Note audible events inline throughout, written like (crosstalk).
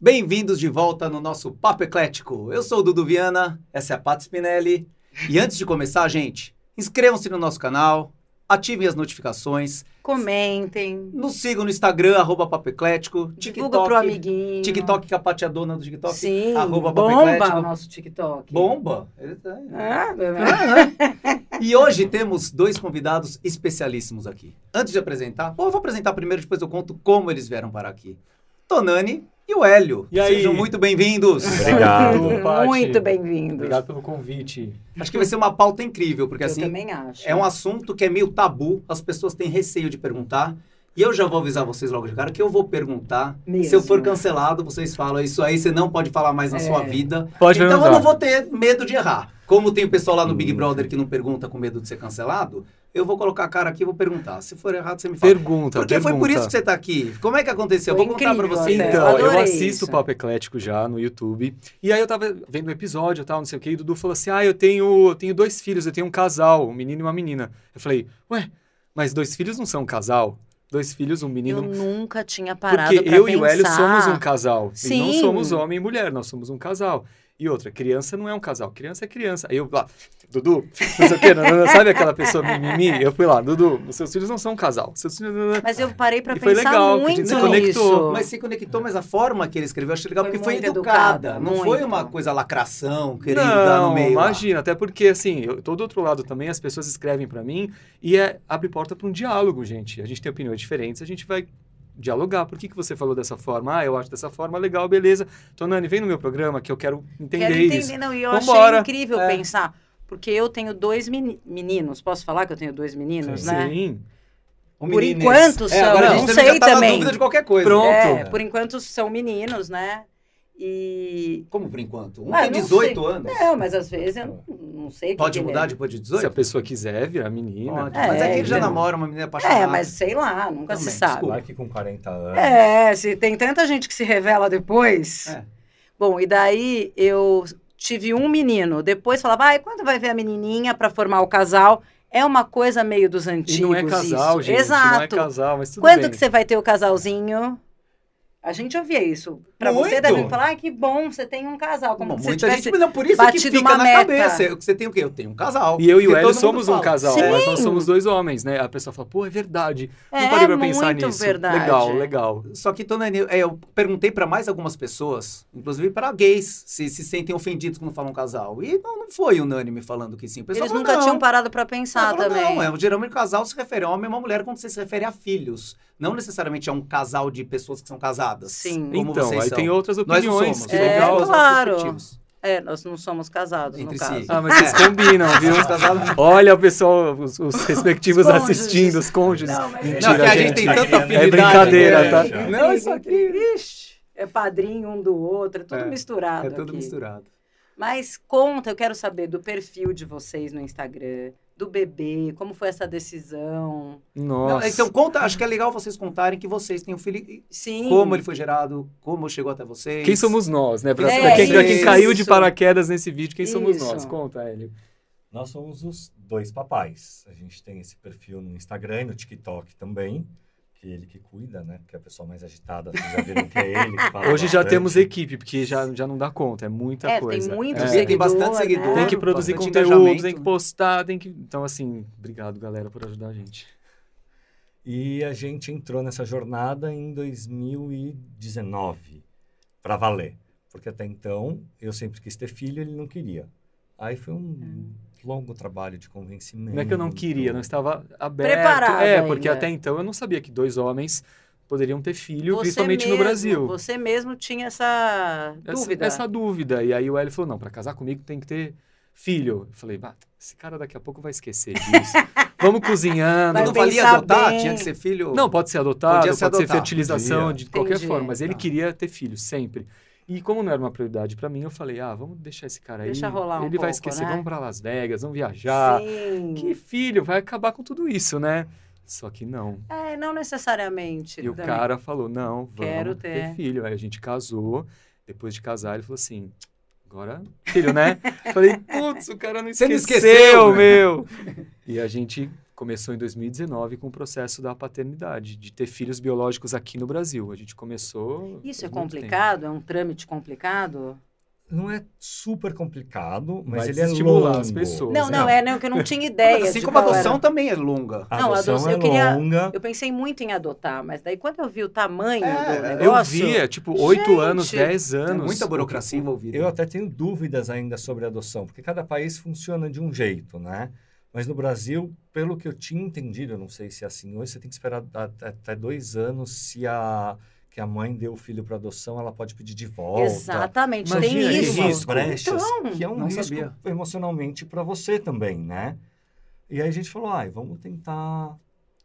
Bem-vindos de volta no nosso Papo Eclético. Eu sou o Dudu Viana, essa é a Pat Spinelli. E antes de começar, gente, inscrevam-se no nosso canal, ativem as notificações, Comentem. nos sigam no Instagram, arroba Papo Eclético, Divulga pro TikTok, amiguinho. TikTok, que a Paty é dona do TikTok. Sim. arroba Papo bomba Eclético. o nosso TikTok. Bomba! Ele tá- Ah, É. E hoje temos dois convidados especialíssimos aqui. Antes de apresentar, ou eu vou apresentar primeiro, depois eu conto como eles vieram para aqui. Tonani e o Hélio. E aí? Sejam muito bem-vindos. Obrigado. Pati. Muito bem-vindos. Obrigado pelo convite. Acho que vai ser uma pauta incrível, porque Eu assim, também acho. é um assunto que é meio tabu, as pessoas têm receio de perguntar. E eu já vou avisar vocês logo de cara que eu vou perguntar. Mesmo. Se eu for cancelado, vocês falam isso aí, você não pode falar mais na É. sua vida. Pode então perguntar. eu não vou ter medo de errar. Como tem o pessoal lá no Big Hum. Brother que não pergunta com medo de ser cancelado, eu vou colocar a cara aqui e vou perguntar. Se for errado, você me fala. Pergunta, Porque pergunta. foi por isso que você tá aqui. Como é que aconteceu? Foi vou contar pra incrível, vocês. né? Então, eu, Adorei assisto isso. o Papo Eclético já no YouTube. E aí eu tava vendo um episódio, tal, não sei o que, e o Dudu falou assim: "Ah, eu tenho, eu tenho dois filhos, eu tenho um casal, um menino e uma menina". Eu falei: "Ué, mas dois filhos não são um casal? Dois filhos, um Eu menino, nunca tinha parado porque pra eu pensar. e o Hélio somos um casal. E não Sim. somos homem e mulher, nós somos um casal. E outra, criança não é um casal, criança é criança. Aí eu lá, Dudu, não sei o quê, não, não, não, sabe aquela pessoa mimimi? Eu fui lá, Dudu, os seus filhos não são um casal. Seus filhos. não, não, não. Mas eu parei pra E foi pensar legal, que a muito gente se nisso. conectou. Mas se conectou, mas a forma que ele escreveu, eu achei legal, Foi porque foi muito educada. educada, não foi muito. uma coisa lacração, querendo dar no Não, meio. lá. imagina, até porque assim, eu tô do outro lado também, as pessoas escrevem pra mim e é, abre porta pra um diálogo, gente. A gente tem opiniões diferentes, a gente vai dialogar. Por que, que você falou dessa forma? Ah, eu acho dessa forma legal, beleza. Tonani, vem no meu programa que eu quero entender, Quero entender, isso. não. E eu Vambora. achei incrível É. pensar. Porque eu tenho dois meni- meninos. Posso falar que eu tenho dois meninos, né? Sim. O Por menino enquanto esse. são, agora a não gente também sei já tá na também. dúvida de qualquer coisa. Pronto. É, por enquanto são meninos, né? E. Como por enquanto? Um Ah, tem não 18 anos. Não, É, mas às vezes eu não, não sei. o que Pode que ele mudar é. depois de Se a 18? pessoa quiser virar menina. Pode. mas é que ele já é. namora uma menina apaixonada. É, mas sei lá, nunca Também, se sabe. desculpa. né? Vai que com 40 anos. É, se tem tanta gente que se revela depois. É. Bom, e daí eu tive um menino. Depois falava, ai, quando vai ver a menininha pra formar o casal? É uma coisa meio dos antigos. E não é casal, isso. gente. Exato. Não é casal, mas tudo quando bem. que você vai ter o casalzinho? A gente ouvia isso. Pra você Muito. devem falar, ai, que bom, você tem um casal. Como Bom, se você muita tivesse... gente, mas não, por isso que batido fica uma na meta. cabeça. Você tem o quê? Eu tenho um casal. E eu e o Porque Hélio todo mundo somos um fala. casal, Sim. mas nós somos dois homens, né? A pessoa fala, pô, é verdade. Não É, parei pra pensar muito nisso. verdade. Legal, legal. Só que, Tonani, é, eu perguntei pra mais algumas pessoas, inclusive pra gays, se se sentem ofendidos quando falam casal. E não, não foi unânime falando que sim. O pessoal Eles falou, nunca não. tinham parado pra pensar Ela falou, também. Não, é, geralmente casal se refere a homem e uma mulher quando você se refere a filhos. Não necessariamente a um casal de pessoas que são casadas. Sim. É, Como então, vocês aí são. tem outras Nós não opiniões. somos. Que somos legal. pessoas claro. respectivas. É, nós não somos casados, Entre no si. caso. Ah, mas vocês combinam, (laughs) viu? Somos casados. Olha o pessoal, os, os respectivos Os cônjuges. assistindo, os cônjuges. Não, mas- é Mentira, Não, é que a gente gente. tem tanta É afinidade. brincadeira, né? tá? Não, Intriga, isso aqui- intriga. Ixi, É padrinho um do outro, é tudo É, misturado. É tudo aqui. misturado. Mas conta, eu quero saber do perfil de vocês no Instagram, do bebê, como foi essa decisão. Não, Nossa. então conta, acho que é legal vocês contarem que vocês têm um filho, e Sim. como ele foi gerado, como chegou até vocês. Quem somos nós, né? Pra, É, pra quem, pra quem isso. caiu de paraquedas nesse vídeo, quem somos Isso. nós? Conta, Hélio. Nós somos os dois papais. A gente tem esse perfil no Instagram e no TikTok também. Que ele que cuida, né? Porque a pessoa mais agitada, vocês já viram que é ele que fala (laughs) Hoje já bastante. temos equipe, porque já, já não dá conta, é muita É, coisa. tem muito É. Tem seguidor, bastante seguidor. Né? Tem que produzir Bastante conteúdo, engajamento. tem que postar, tem que. Então, assim, obrigado, galera, por ajudar a gente. E a gente entrou nessa jornada em 2019, pra valer. Porque até então, eu sempre quis ter filho, ele não queria. Aí foi um longo trabalho de convencimento. Não é que eu não queria, não estava aberto. Preparado É, porque ainda. até então eu não sabia que dois homens poderiam ter filho, Você principalmente mesmo- no Brasil. Você mesmo tinha essa Essa- dúvida. Essa, dúvida. E aí o Hélio falou: não, pra casar comigo tem que ter filho. Eu falei, bah, esse cara daqui a pouco vai esquecer (laughs) disso. Vamos cozinhando. Vai não valia pensar adotar? bem. Tinha que ser filho? Não, pode ser adotado, Tipo, Podia pode ser ser, adotado. fertilização, Podia. de qualquer Entendi. forma. Mas ele Tá. queria ter filho, sempre. E como não era uma prioridade pra mim, eu falei, ah, vamos deixar esse cara aí. Deixa rolar um Ele vai pouco, esquecer, né? vamos pra Las Vegas, vamos viajar. Sim. Que filho, vai acabar com tudo isso, né? Só que não. É, não necessariamente. E o também. cara falou: não, vamos um Quero ter. ter. filho. Aí a gente casou. Depois de casar, ele falou assim: agora, (laughs) filho, né? Falei, putz, o cara não Você esqueceu, não esqueceu, né?" meu. E a gente começou em 2019 com o processo da paternidade, de ter filhos biológicos aqui no Brasil. A gente começou. Isso é faz muito complicado? É um trâmite complicado? Não é super complicado, mas Vai ele é estimular longo. as pessoas. né? Pois não, não, é. é não, que eu não tinha ideia. assim de como a qual era. adoção também é longa. A Não, a adoção adoção é eu queria- longa. Eu pensei muito em adotar, mas daí quando eu vi o tamanho É, do eu tempo. Eu negócio... via, tipo, oito Gente, anos, dez É anos. muita burocracia envolvida. Eu até tenho dúvidas ainda sobre adoção, porque cada país funciona de um jeito, né? Mas no Brasil, pelo que eu tinha entendido, eu não sei se é assim hoje, você tem que esperar a- a- até dois anos se a que a mãe deu o filho para adoção, ela pode pedir de volta. Exatamente, Imagina tem que isso. umas risco. brechas, Então, que é um não risco sabia. emocionalmente para você também, né? E aí a gente falou, ai, vamos tentar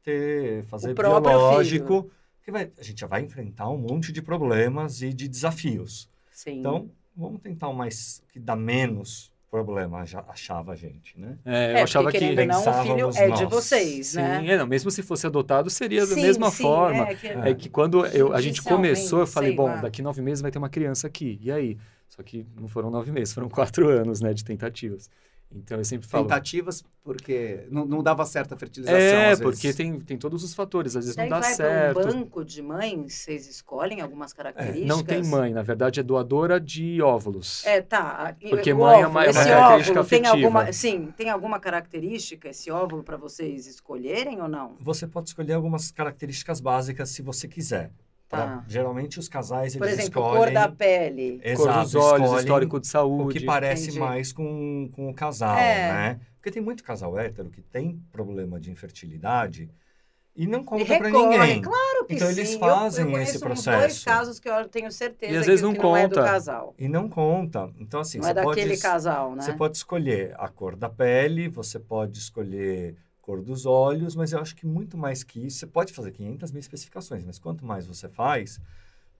ter, fazer próprio biológico, que vai, a gente já vai enfrentar um monte de problemas e de desafios. Sim. É, Então, vamos tentar o mais que dá menos problema, acha- achava a gente, né? É, eu é, achava porque, que. querendo ou não, o filho pensávamos é de nós. vocês, Sim, né? é, não, mesmo se fosse adotado, seria da Sim, mesma sim, forma. É, que... É que quando eu- a gente Judicialmente, começou, eu falei, sei bom, lá. daqui nove meses vai ter uma criança aqui. E aí? Só que não foram nove meses, foram (laughs) quatro anos, né, de tentativas. Então eu sempre falo. Tentativas, porque não, não dava certa fertilização. É, às vezes. porque tem, tem todos os fatores, às vezes Daí não dá vai certo. para um banco de mães, vocês escolhem algumas características? Não tem mãe, na verdade é doadora de óvulos. É, tá. E Porque o mãe é óvulo, uma- é uma esse característica óvulo tem afetiva. alguma, Sim, tem alguma característica esse óvulo para vocês escolherem ou não? Você pode escolher algumas características básicas se você quiser. tá? Tá. Geralmente os casais Por eles exemplo, escolhem cor da pele. Exato, Cor dos olhos, escolhem histórico de o saúde. que parece Entendi. mais com, com o casal, É. né? Porque tem muito casal hétero que tem problema de infertilidade e não E conta pra recorre, ninguém. Claro que Então, sim. eles Eu- fazem eu, esse conheço uns dois processo. casos que eu tenho certeza E às que vezes o não que não é do conta. casal. E não conta. Então, assim, não você é daquele pode... casal, né? Você pode escolher a cor da pele, você pode escolher cor dos olhos, mas eu acho que muito mais que isso, você pode fazer 500 mil especificações, mas quanto mais você faz,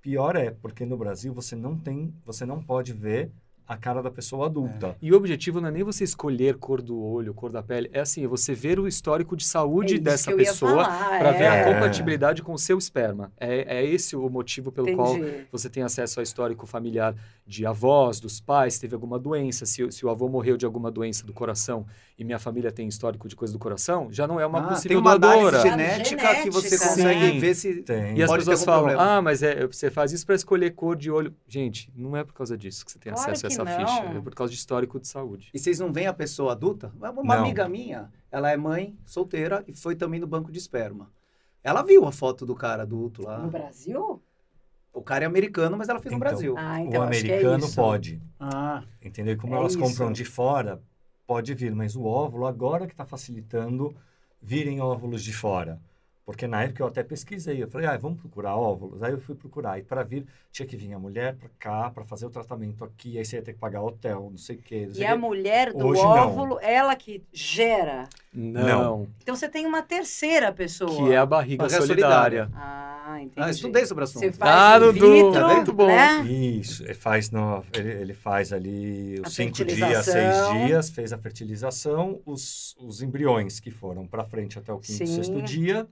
pior é, porque no Brasil você não tem, você não pode ver a cara da pessoa adulta. E o objetivo não é nem você escolher cor do olho, cor da pele, é assim, é você ver o histórico de É saúde isso dessa que eu ia pessoa falar, para é. ver a É. compatibilidade com o seu esperma. É, é esse o motivo pelo Entendi. qual você tem acesso ao histórico familiar de avós, dos pais, teve alguma doença, se, se o avô morreu de alguma doença do coração e minha família tem histórico de coisa do coração, já não é uma Ah, tem possível né? uma análise doadora. genética, que você Genética, consegue né? ver se Tem. E as Pode ter pessoas algum falam, problema. ah, mas é, você faz isso para escolher cor de olho. Gente, não é por causa disso que você tem Claro acesso a que essa não. ficha, é por causa de histórico de saúde. E vocês não veem a pessoa adulta? Uma uma Não. amiga minha, ela é mãe, solteira e foi também no banco de esperma. Ela viu a foto do cara adulto lá. No Brasil? O cara é americano, mas ela fez no Então. Brasil. Um Ah, então o acho que é americano isso. pode, Ah, entendeu? Como É elas isso. compram de fora, pode vir, mas o óvulo agora que está facilitando virem óvulos de fora. Porque na época eu até pesquisei, eu falei, ah, vamos procurar óvulos. Aí eu fui procurar, e para vir tinha que vir a mulher para cá, para fazer o tratamento aqui, aí você ia ter que pagar hotel, não sei o quê. Não E sei o a quê. mulher do Hoje não. óvulo, ela que gera. Não, Então você tem uma terceira pessoa. que é a barriga, Barriga solidária. Ah, entendi. ah, estudei sobre o assunto. Você faz um Ah, in Dudu, vitro, tá vendo? Bom. né? Isso, ele faz, no, ele, ele faz ali A os cinco dias, seis fertilização. dias, fez a fertilização, os, os embriões que foram para frente até o Sim. quinto, sexto dia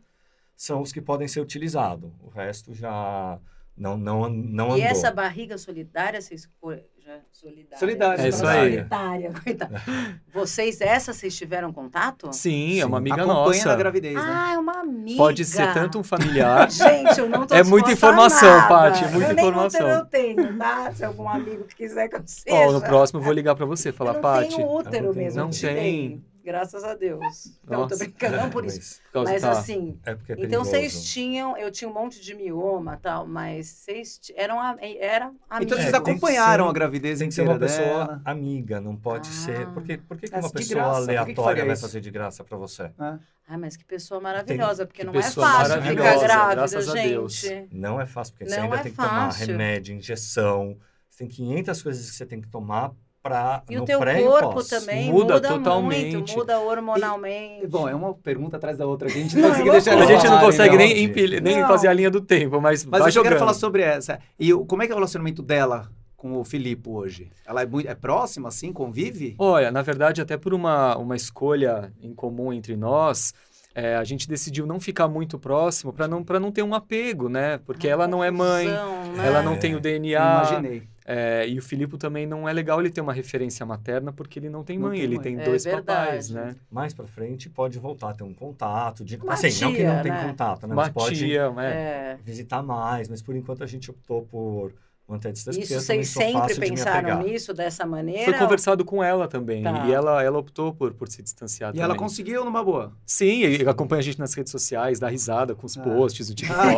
são os que podem ser utilizados. O resto já não, não, não andou. E essa barriga solidária, vocês escolhe. Solidária. Solidária. É isso aí. Solidária, coitada. (laughs) Vocês, essa, vocês tiveram contato? Sim, é uma Sim. amiga Acompanha nossa. na gravidez, né? Ah, é uma amiga. Pode ser tanto (laughs) um familiar. Gente, eu não tô É disposta muita a informação, nada. Paty, é muita eu nem informação. útero eu tenho, tá? Se algum amigo que quiser que eu seja. (laughs) Ó, no próximo eu vou ligar pra você, eu falar, não Paty, tenho um útero não tem. mesmo. Não te tem. dei, Graças a Deus. Não, tô Nossa. brincando, não por isso. É, Mas por causa Mas tá. assim, É porque é então perigoso. vocês tinham, eu tinha um monte de mioma tal, mas vocês ti- eram a- era amigos. Então vocês É, tem que acompanharam ser- a gravidez Tem que ser inteira uma pessoa dela. amiga, não pode Ah. ser. Porque, por que, que Mas uma de pessoa graça, por que que aleatória faria vai isso? fazer de graça para você? Ai, mas que pessoa maravilhosa, porque que não é pessoa fácil ficar maravilhosa, grávida, graças a gente. Deus. Não é fácil, porque você Não ainda é tem que fácil. tomar remédio, injeção. Você tem 500 coisas que você tem que tomar para E no o teu pré e corpo pós. também muda, Muda totalmente. muito, muda hormonalmente. Bom, é uma pergunta atrás da outra que a gente Não, não é consegue loucura. deixar A eles gente não falarem, consegue né? né? nem, empilha- nem Não. fazer a linha do tempo, então. mas, Mas vai eu já quero jogando. falar sobre essa. E o- como é que é o relacionamento dela com o Filipe hoje? Ela é, muito, é próxima, assim? Convive? Olha, na verdade, até por uma, uma escolha em comum entre nós, É, a gente decidiu não ficar muito próximo para não, pra não ter um apego, né? Porque ela não é mãe, Ah, Confusão, né? ela não tem o DNA. Imaginei. é, e o Filipe também não é legal ele ter uma referência materna porque ele não tem Não mãe, tem ele mãe. tem É dois verdade. papais, né? Mais pra frente pode voltar a ter um contato. De... Uma assim, não que tia, não tem né? contato, né? Uma Mas pode tia, né? É. visitar mais, mas por enquanto a gente optou por manter a distância. porque Isso eu também vocês sou sempre fácil de me pensaram apegar. nisso dessa maneira? Foi conversado com ela também. Tá. E ela, ela optou por, por se distanciar E também. ela conseguiu numa boa. Sim, e e acompanha a gente nas redes sociais, dá risada com os Ah. posts, o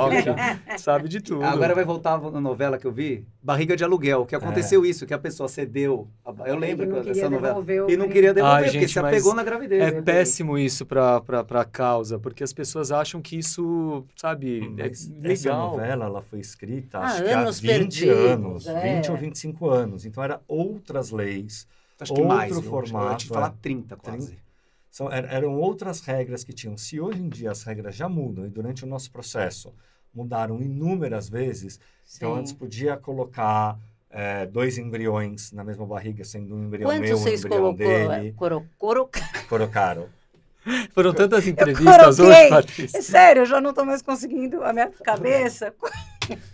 TikTok, sabe de tudo. É. Agora vai voltar na novela que eu vi, Barriga de Aluguel, que aconteceu isso, que a pessoa cedeu. a ba- Eu lembro Ele não dessa queria novela. devolver o E não queria devolver, Ai, porque gente, se mas apegou na gravidez. É né? péssimo isso pra, pra, pra causa, porque as pessoas acham que isso, sabe, é Hum, Mas Essa legal. novela ela foi escrita Ah, acho anos que há 20 perdidos, anos, é. 20 ou 25 anos. Então era outras leis, Acho que mais. Outro eu acho que Eu ia te formato, falar é. 30 quase. São, er- eram outras regras que tinham. Se hoje em dia as regras já mudam e durante o nosso processo mudaram inúmeras vezes, então Sim. antes podia colocar eh, dois embriões na mesma barriga, sendo um embrião Quantos meu, um vocês embrião colocou? É, dele. Coro, coro- (laughs) Colocaram. (laughs) Foram tantas entrevistas coloquei. hoje, Patrícia. É sério, eu já não tô mais conseguindo a minha cabeça.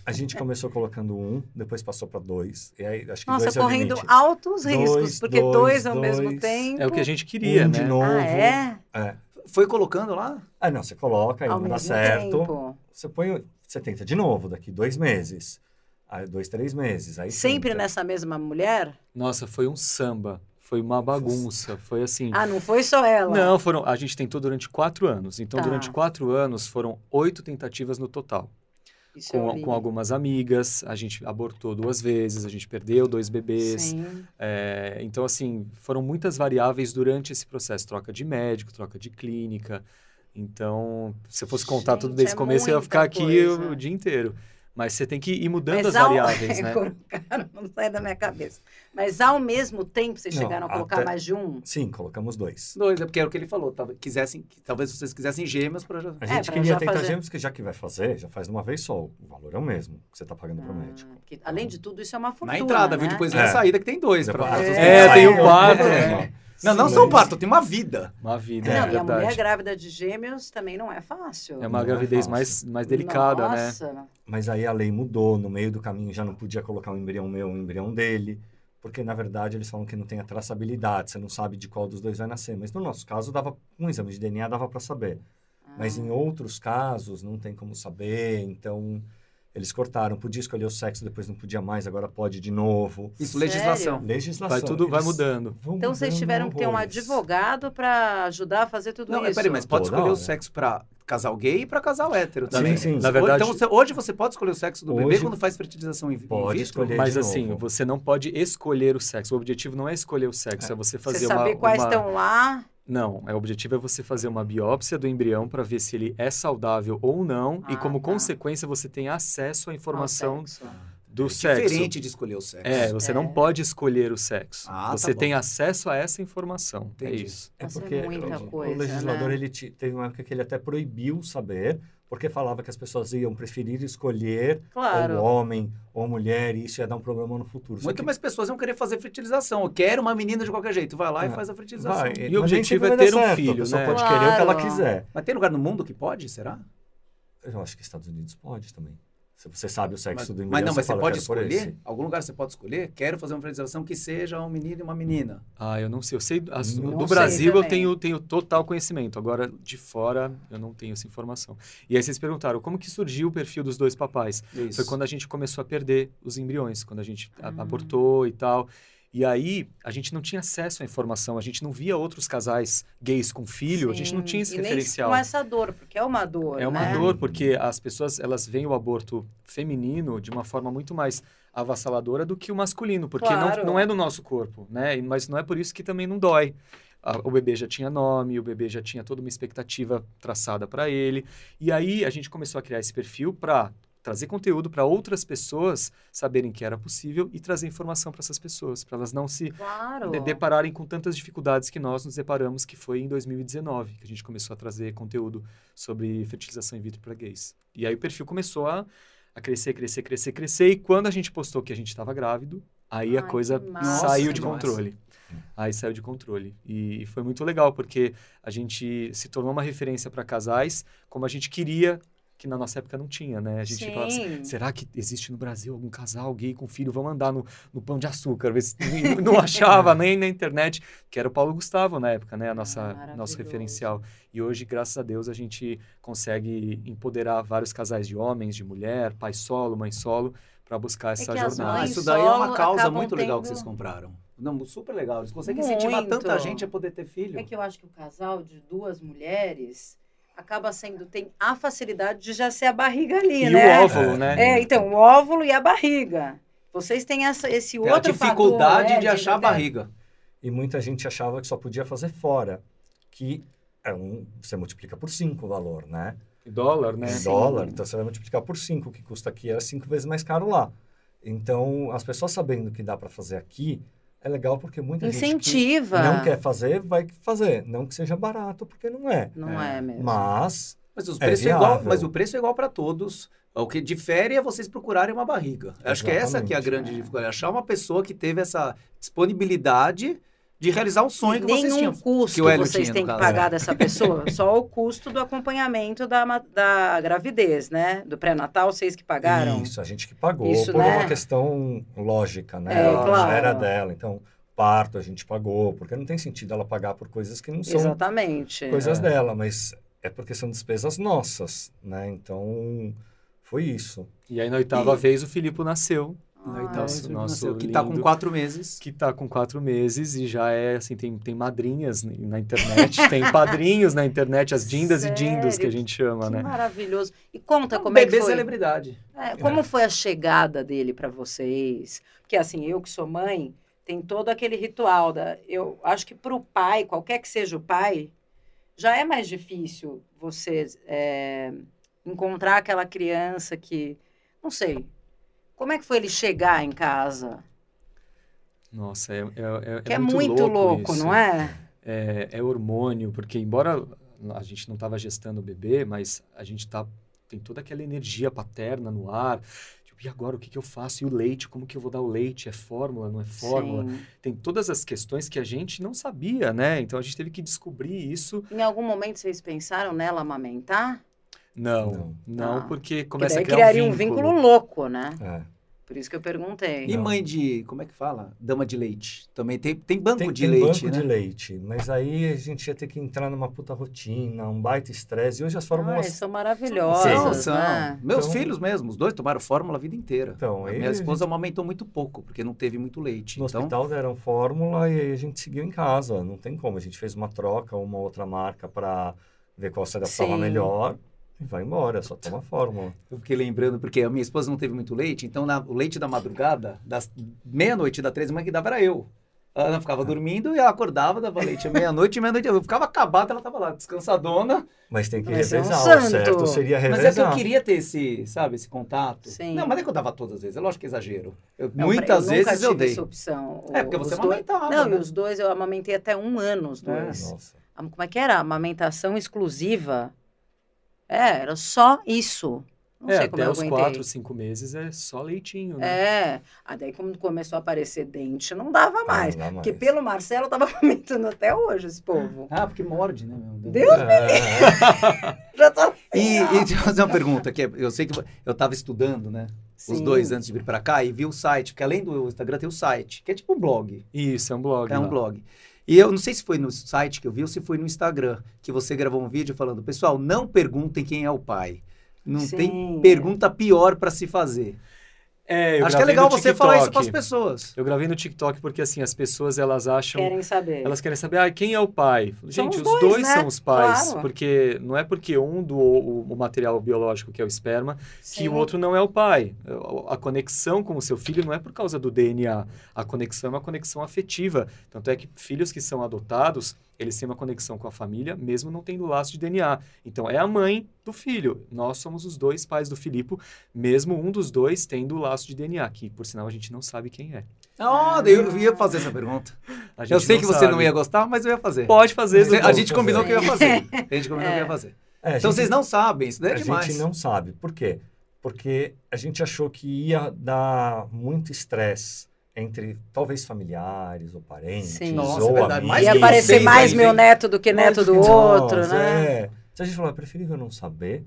A gente começou colocando um, depois passou para dois. E aí acho que Nossa, dois correndo é o limite. altos Dois, riscos, porque dois, dois, ao dois. mesmo tempo. É o que a gente queria, um né? de novo. Ah, é? Foi colocando lá? Ah, não, você coloca, aí Ao não dá mesmo certo. tempo. Você põe, você tenta de novo daqui dois meses. Aí dois, três meses. Aí Então, Sempre tá. tenta. nessa mesma mulher? Nossa, foi um samba, foi uma bagunça, foi assim... Ah, não foi só ela. Não, foram. A gente tentou durante quatro anos. Então, Tá. durante quatro anos, foram oito tentativas no total. Isso é eu Com, li. com algumas amigas, a gente abortou duas vezes, a gente perdeu dois bebês. Sim. É, então, assim, foram muitas variáveis durante esse processo. Troca de médico, troca de clínica. Então, se eu fosse contar tudo Gente, desde é o começo, eu ia muita ficar aqui coisa. o, o dia inteiro. Mas você tem que ir mudando Mas as ao- variáveis, (laughs) né? Colocaram, não sai da minha cabeça. Mas ao mesmo tempo, vocês Não, chegaram a colocar até- mais de um? Sim, colocamos dois. Dois, é porque era o que ele falou. Talvez, quisessem, que- talvez vocês quisessem gêmeos para já. A É, gente pra já queria tentar fazer. gêmeos, porque já que vai fazer, já faz de uma vez só. O valor é o mesmo que você está pagando para o médico. Ah, porque, além de tudo, isso é uma fortuna. Na entrada, né? viu? Depois É. vem a saída que tem dois. Depois Pra... as É, pessoas É, têm tem que um sair, quarto, né? é. Não, não Sim. são parto, tem uma vida. Uma vida, Não, é, e a mulher verdade. grávida de gêmeos também não é fácil. É uma Não é gravidez fácil. mais, mais delicada, né? Nossa. né? Mas aí a lei mudou, no meio do caminho já não podia colocar um embrião meu, um embrião dele, porque na verdade eles falam que não tem a traçabilidade, você não sabe de qual dos dois vai nascer. Mas no nosso caso, dava um exame de DNA dava para saber. Mas Ah. em outros casos não tem como saber, então eles cortaram. Podia escolher o sexo, depois não podia mais, agora pode de novo. Isso, Sério? legislação. Legislação. Vai tudo, vai eles mudando. vão Então vocês mudando tiveram que ter um horrores. advogado para ajudar a fazer tudo Não, é, isso. mas peraí, mas pode Toda escolher o hora. sexo pra casal gay e pra casal hétero Sim, também. sim. Na verdade- Então, você- hoje você pode escolher o sexo do bebê Hoje- quando faz fertilização in in vitro? Pode escolher. Mas de assim, novo. você não pode escolher o sexo. O objetivo não é escolher o sexo, é, você fazer Você uma. saber quais uma- estão lá. Não, é, o objetivo é você fazer uma biópsia do embrião para ver se ele é saudável ou não, Ah, e como tá. consequência você tem acesso à informação ao sexo. do É sexo. diferente de escolher o sexo. É, você É. não pode escolher o sexo. Ah, tá você bom. tem acesso a essa informação. Entendi. É isso. É Nossa, é porque muita o, coisa, o legislador né? ele te- teve uma época que ele até proibiu saber, porque falava que as pessoas iam preferir escolher ou Claro. homem ou mulher, e isso ia dar um problema no futuro. Só Muito que mais pessoas vão querer fazer fertilização. Eu quero uma menina de qualquer jeito. Vai lá e É. faz a fertilização. vai, E mas o nem objetivo sempre é vai dar ter um certo, filho, A pessoa né? pode querer o que ela Claro. quiser. Mas tem lugar no mundo que pode, será? Eu acho que Estados Unidos pode também. É Se você sabe o Mas, sexo do embrião, mas não, mas você fala, pode "Quero por escolher? esse." Algum lugar você pode escolher? Quero fazer uma fertilização que seja um menino e uma menina. Ah, eu não sei. Eu sei as- Não do sei Brasil eu também. tenho, tenho total conhecimento. Agora, de fora, eu não tenho essa informação. E aí vocês perguntaram como que surgiu o perfil dos dois papais. Isso. Foi quando a gente começou a perder os embriões, quando a gente a- Ah. abortou e tal. E aí, a gente não tinha acesso à informação, a gente não via outros casais gays com filho, a gente não Sim, tinha esse e nem referencial. com essa dor, porque é uma dor, É uma né? dor, porque as pessoas, elas veem o aborto feminino de uma forma muito mais avassaladora do que o masculino, porque Claro. não, não é no nosso corpo, né? E- Mas não é por isso que também não dói. A- O bebê já tinha nome, o bebê já tinha toda uma expectativa traçada para ele. E aí a gente começou a criar esse perfil para trazer conteúdo para outras pessoas saberem que era possível e trazer informação para essas pessoas, para elas não se Claro. de- depararem com tantas dificuldades que nós nos deparamos, que foi em 2019 que a gente começou a trazer conteúdo sobre fertilização in vitro para gays. E aí o perfil começou a, a crescer, crescer, crescer, crescer. E quando a gente postou que a gente estava grávido, aí Ai, a coisa que massa. saiu de Nossa, controle. Aí saiu de controle. E foi muito legal, porque a gente se tornou uma referência para casais, como a gente queria, que na nossa época não tinha, né? A gente falava assim, Sim. será que existe no Brasil algum casal gay com filho? Vamos andar no, no Pão de Açúcar. Ver se, (laughs) e não achava nem na internet, que era o Paulo Gustavo na época, né? A nossa, nosso Ah, maravilhoso. referencial. E hoje, graças a Deus, a gente consegue empoderar vários casais de homens, de mulher, pai solo, mãe solo, para buscar essa É que as jornada. Ah, mães isso daí é uma solo causa acabam muito legal que tendo- vocês compraram. Não, super legal. Eles conseguem incentivar Muito. tanta gente a poder ter filho. É que eu acho que o casal de duas mulheres acaba sendo, tem a facilidade de já ser a barriga ali, E né? o óvulo, né? É, então, o óvulo e a barriga. Vocês têm essa, esse Tem a outro dificuldade fator, né, de achar a entender. barriga. E muita gente achava que só podia fazer fora, que é um, você multiplica por 5 o valor, né? Dólar, né? Em dólar, então você vai multiplicar por 5, o que custa aqui era 5 vezes mais caro lá. Então, as pessoas sabendo que dá para fazer aqui, é legal porque muita gente que Incentiva. não quer fazer, vai fazer. Não que seja barato, porque não é. Não é, mesmo. Mas, Mas, os É preços é igual, viável. mas o preço é igual para todos. O que difere é vocês procurarem uma barriga. Eu Acho que é essa que é a Exatamente. grande É. dificuldade. Achar uma pessoa que teve essa disponibilidade de realizar um sonho que vocês Nenhum tinham. custo que o Hélio vocês tinha, têm no que caso. pagar dessa pessoa, só o custo do acompanhamento da, ma- da gravidez, né? Do pré-natal, vocês que pagaram. isso, a gente que pagou, Isso, por né? uma questão lógica, né? É, ela claro. já era dela. Então, parto a gente pagou, porque não tem sentido ela pagar por coisas que não são Exatamente. coisas É. dela, mas é porque são despesas nossas, né? Então, foi isso. E aí, na oitava vez, o Filipe nasceu. Ai, é Então, nosso- nosso que está com lindo. quatro meses. que tá com quatro meses e já é assim, tem, tem madrinhas n- na internet, (laughs) tem padrinhos na internet, as dindas e dindos que a Sério? gente chama, que né? maravilhoso. E Tá conta Um como é bebê que foi. celebridade. É, como foi a chegada dele pra vocês? Porque assim, eu que sou mãe, tem todo aquele ritual da eu acho que pro pai, qualquer que seja o pai, já é mais difícil você é, encontrar aquela criança que, não sei, como é que foi ele chegar em casa? Nossa, é, é, é, que é muito louco, isso. não é? é? É hormônio, porque embora a gente não tava gestando o bebê, mas a gente tá tem toda aquela energia paterna no ar. Tipo, e agora o que, que eu faço? E o leite, como que eu vou dar o leite? É fórmula, não é fórmula? Sim. Tem todas as questões que a gente não sabia, né? Então a gente teve que descobrir isso. Em algum momento vocês pensaram nela amamentar? Não, não, Ah. Porque porque começa daí a criar criaria um vínculo. louco, né? É. Por isso que eu perguntei. E Não. mãe de. Como é que fala? Dama de leite. Também tem, tem banco Tem, de tem leite. banco né? de leite, mas aí a gente ia ter que entrar numa puta rotina, um baita estresse. E hoje as Ai, Ah, fórmulas... são São, maravilhosas, são. né? Meus Então- filhos mesmo, os dois tomaram fórmula a vida inteira. Então, a aí minha a esposa amamentou muito pouco, porque não teve muito leite. No então, hospital deram fórmula e aí a gente seguiu em casa. Não tem como. A gente fez uma troca, uma outra marca para ver qual se adaptava Sim. melhor e vai embora. Só toma fórmula. Eu fiquei lembrando, porque a minha esposa não teve muito leite, então na- o leite da madrugada, das meia-noite da três da manhã que dava era eu. Ela Ah. ficava dormindo e ela acordava, dava leite à meia-noite, e meia-noite eu ficava acabada, ela tava lá, descansadona. Mas tem que Mas é um revezar. o santo. certo seria Mas é que eu revezar. queria ter esse, sabe, esse contato. Sim. Não, mas é que eu dava todas as vezes, é lógico que é exagero. Eu- Não, muitas pra- eu nunca vezes eu tive dei. Essa opção. É, porque Os você dois... amamentava. Não, né? e os dois eu amamentei até um ano, os dois. Nossa. Am- Como é que era? Amamentação exclusiva. É, era só isso. Não é, sei como até eu os aguentei. quatro, cinco meses é só leitinho, né? É. Aí daí quando começou a aparecer dente, não dava mais. Ah, dá Porque mais. pelo Marcelo eu tava (laughs) amamentando até hoje esse povo. Ah, porque morde, né? Meu Deus É, é. Já tá tô... E, e deixa eu fazer uma pergunta, que é- eu sei que eu tava estudando, né? Os Sim. dois antes de vir pra cá e vi o site, porque além do Instagram tem o site, que é tipo um blog. Isso, é um blog. É um lá. blog. E eu não sei se foi no site que eu vi ou se foi no Instagram que você gravou um vídeo falando, pessoal, não perguntem quem é o pai. Não Sim. tem pergunta pior pra se fazer. É, eu Acho que é gravei legal no você falar isso TikTok. pras pessoas. Eu gravei no TikTok porque, assim, as pessoas, elas acham... Querem saber. um Elas querem saber, ah, quem é o pai? Gente, os os, dois, dois, né? são os pais. Claro. Porque não é porque um doou o, o material biológico, que é o esperma, Sim. que o outro não é o pai. A conexão com o seu filho não é por causa do DNA. A conexão é uma conexão afetiva. Tanto é que filhos que são adotados, eles têm uma conexão com a família, mesmo não tendo laço de DNA. Então, é a mãe do filho. Nós somos os dois pais do Filipe, mesmo um dos dois tendo laço de DNA, que, por sinal, a gente não sabe quem é. Ah, eu ia fazer essa pergunta. A gente Eu sei que você não sabe. ia gostar, mas eu ia fazer. Pode fazer, Você- Dudu. a gente combinou que fazer. eu ia (laughs) fazer. A gente combinou que eu ia fazer. É, a Então gente- vocês não sabem, isso daí é a demais. gente não sabe. Por quê? Porque a gente achou que ia dar muito estresse entre talvez familiares ou parentes Sim. Nossa, ou verdade. amigos. Mais Ia que aparecer vocês mais aí, meu hein? neto do que neto do Nós, outro, né? É. Então a gente falou, é preferível não saber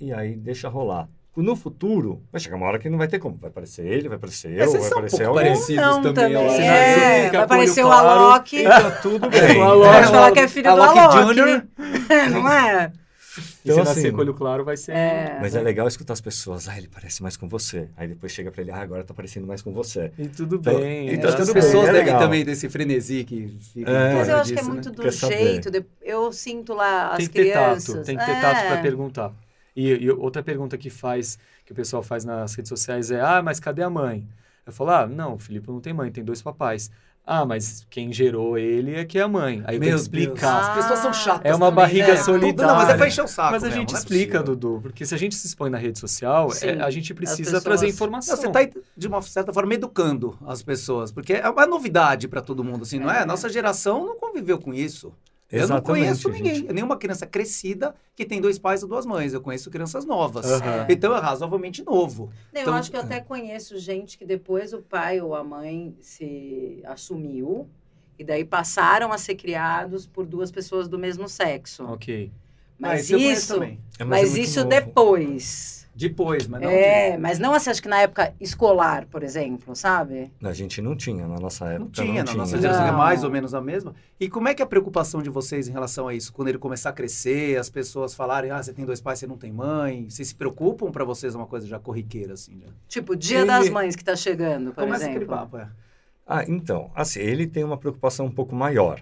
e aí deixa rolar. No futuro, vai chegar uma hora que não vai ter como. Vai aparecer ele, vai aparecer eu, Mas vocês vai são um aparecer pouco alguém. parecidos. Ou não também, também. ó. É, Sinalizinho, vai aparecer o capulho claro. Alok. Tá tudo bem. O Alok. Pode falar que é filho Alok do Alok. Jr.. não (laughs) é? E se Então, nascer assim, com olho claro, vai ser. É. Mas é legal escutar as pessoas. Ah, ele parece mais com você. Aí depois chega pra ele, ah, agora tá parecendo mais com você. é- E tudo Então- bem. então tá Acho que as tudo bem, pessoas é devem legal. também desse frenesi que fica em É. torno Mas eu acho que é disso, né? muito do Quer saber? jeito. de- Eu sinto lá as Tem que ter crianças. tato, tem que é. ter tato para perguntar. E, e outra pergunta que faz, que o pessoal faz nas redes sociais é, ah, mas cadê a mãe? Eu falo, ah, não, o Filipe não tem mãe, tem dois papais. Ah, mas quem gerou ele é que é a mãe. Aí eu tenho Meu que explicar. Deus, As pessoas são chatas. É uma também, barriga né? solidária. Não, mas é pra encher o saco. Mas a mesmo, gente não é explica, possível. Dudu, porque se a gente se expõe na rede social, Sim, é- a gente precisa pessoas- trazer Não, informação. você tá está, de uma certa forma, educando as pessoas, porque é uma novidade para todo mundo, assim, não é? É. Nossa geração não conviveu com isso. Eu não Exatamente, conheço gente. ninguém, nenhuma criança crescida que tem dois pais ou duas mães. Eu conheço crianças novas. Aham. Então é razoavelmente novo. Não, Então- eu acho que eu até conheço gente que depois o pai ou a mãe se assumiu e daí passaram a ser criados por duas pessoas do mesmo sexo. Ok. Ah, Mas eu conheço isso, também. É, é mas muito isso novo. depois. Depois, mas não. é, mas não assim, acho que na época escolar, por exemplo, sabe? A gente não tinha na nossa época. Não tinha, na nossa Não. geração é mais ou menos a mesma. E como é que é a preocupação de vocês em relação a isso? Quando ele começar a crescer, as pessoas falarem, ah, você tem dois pais, você não tem mãe. Vocês se preocupam para vocês é uma coisa já corriqueira, assim, já? Tipo, Dia Ele- das Mães que tá chegando, por Começa aquele exemplo. papo, é. Ah, então, assim, ele tem uma preocupação um pouco maior.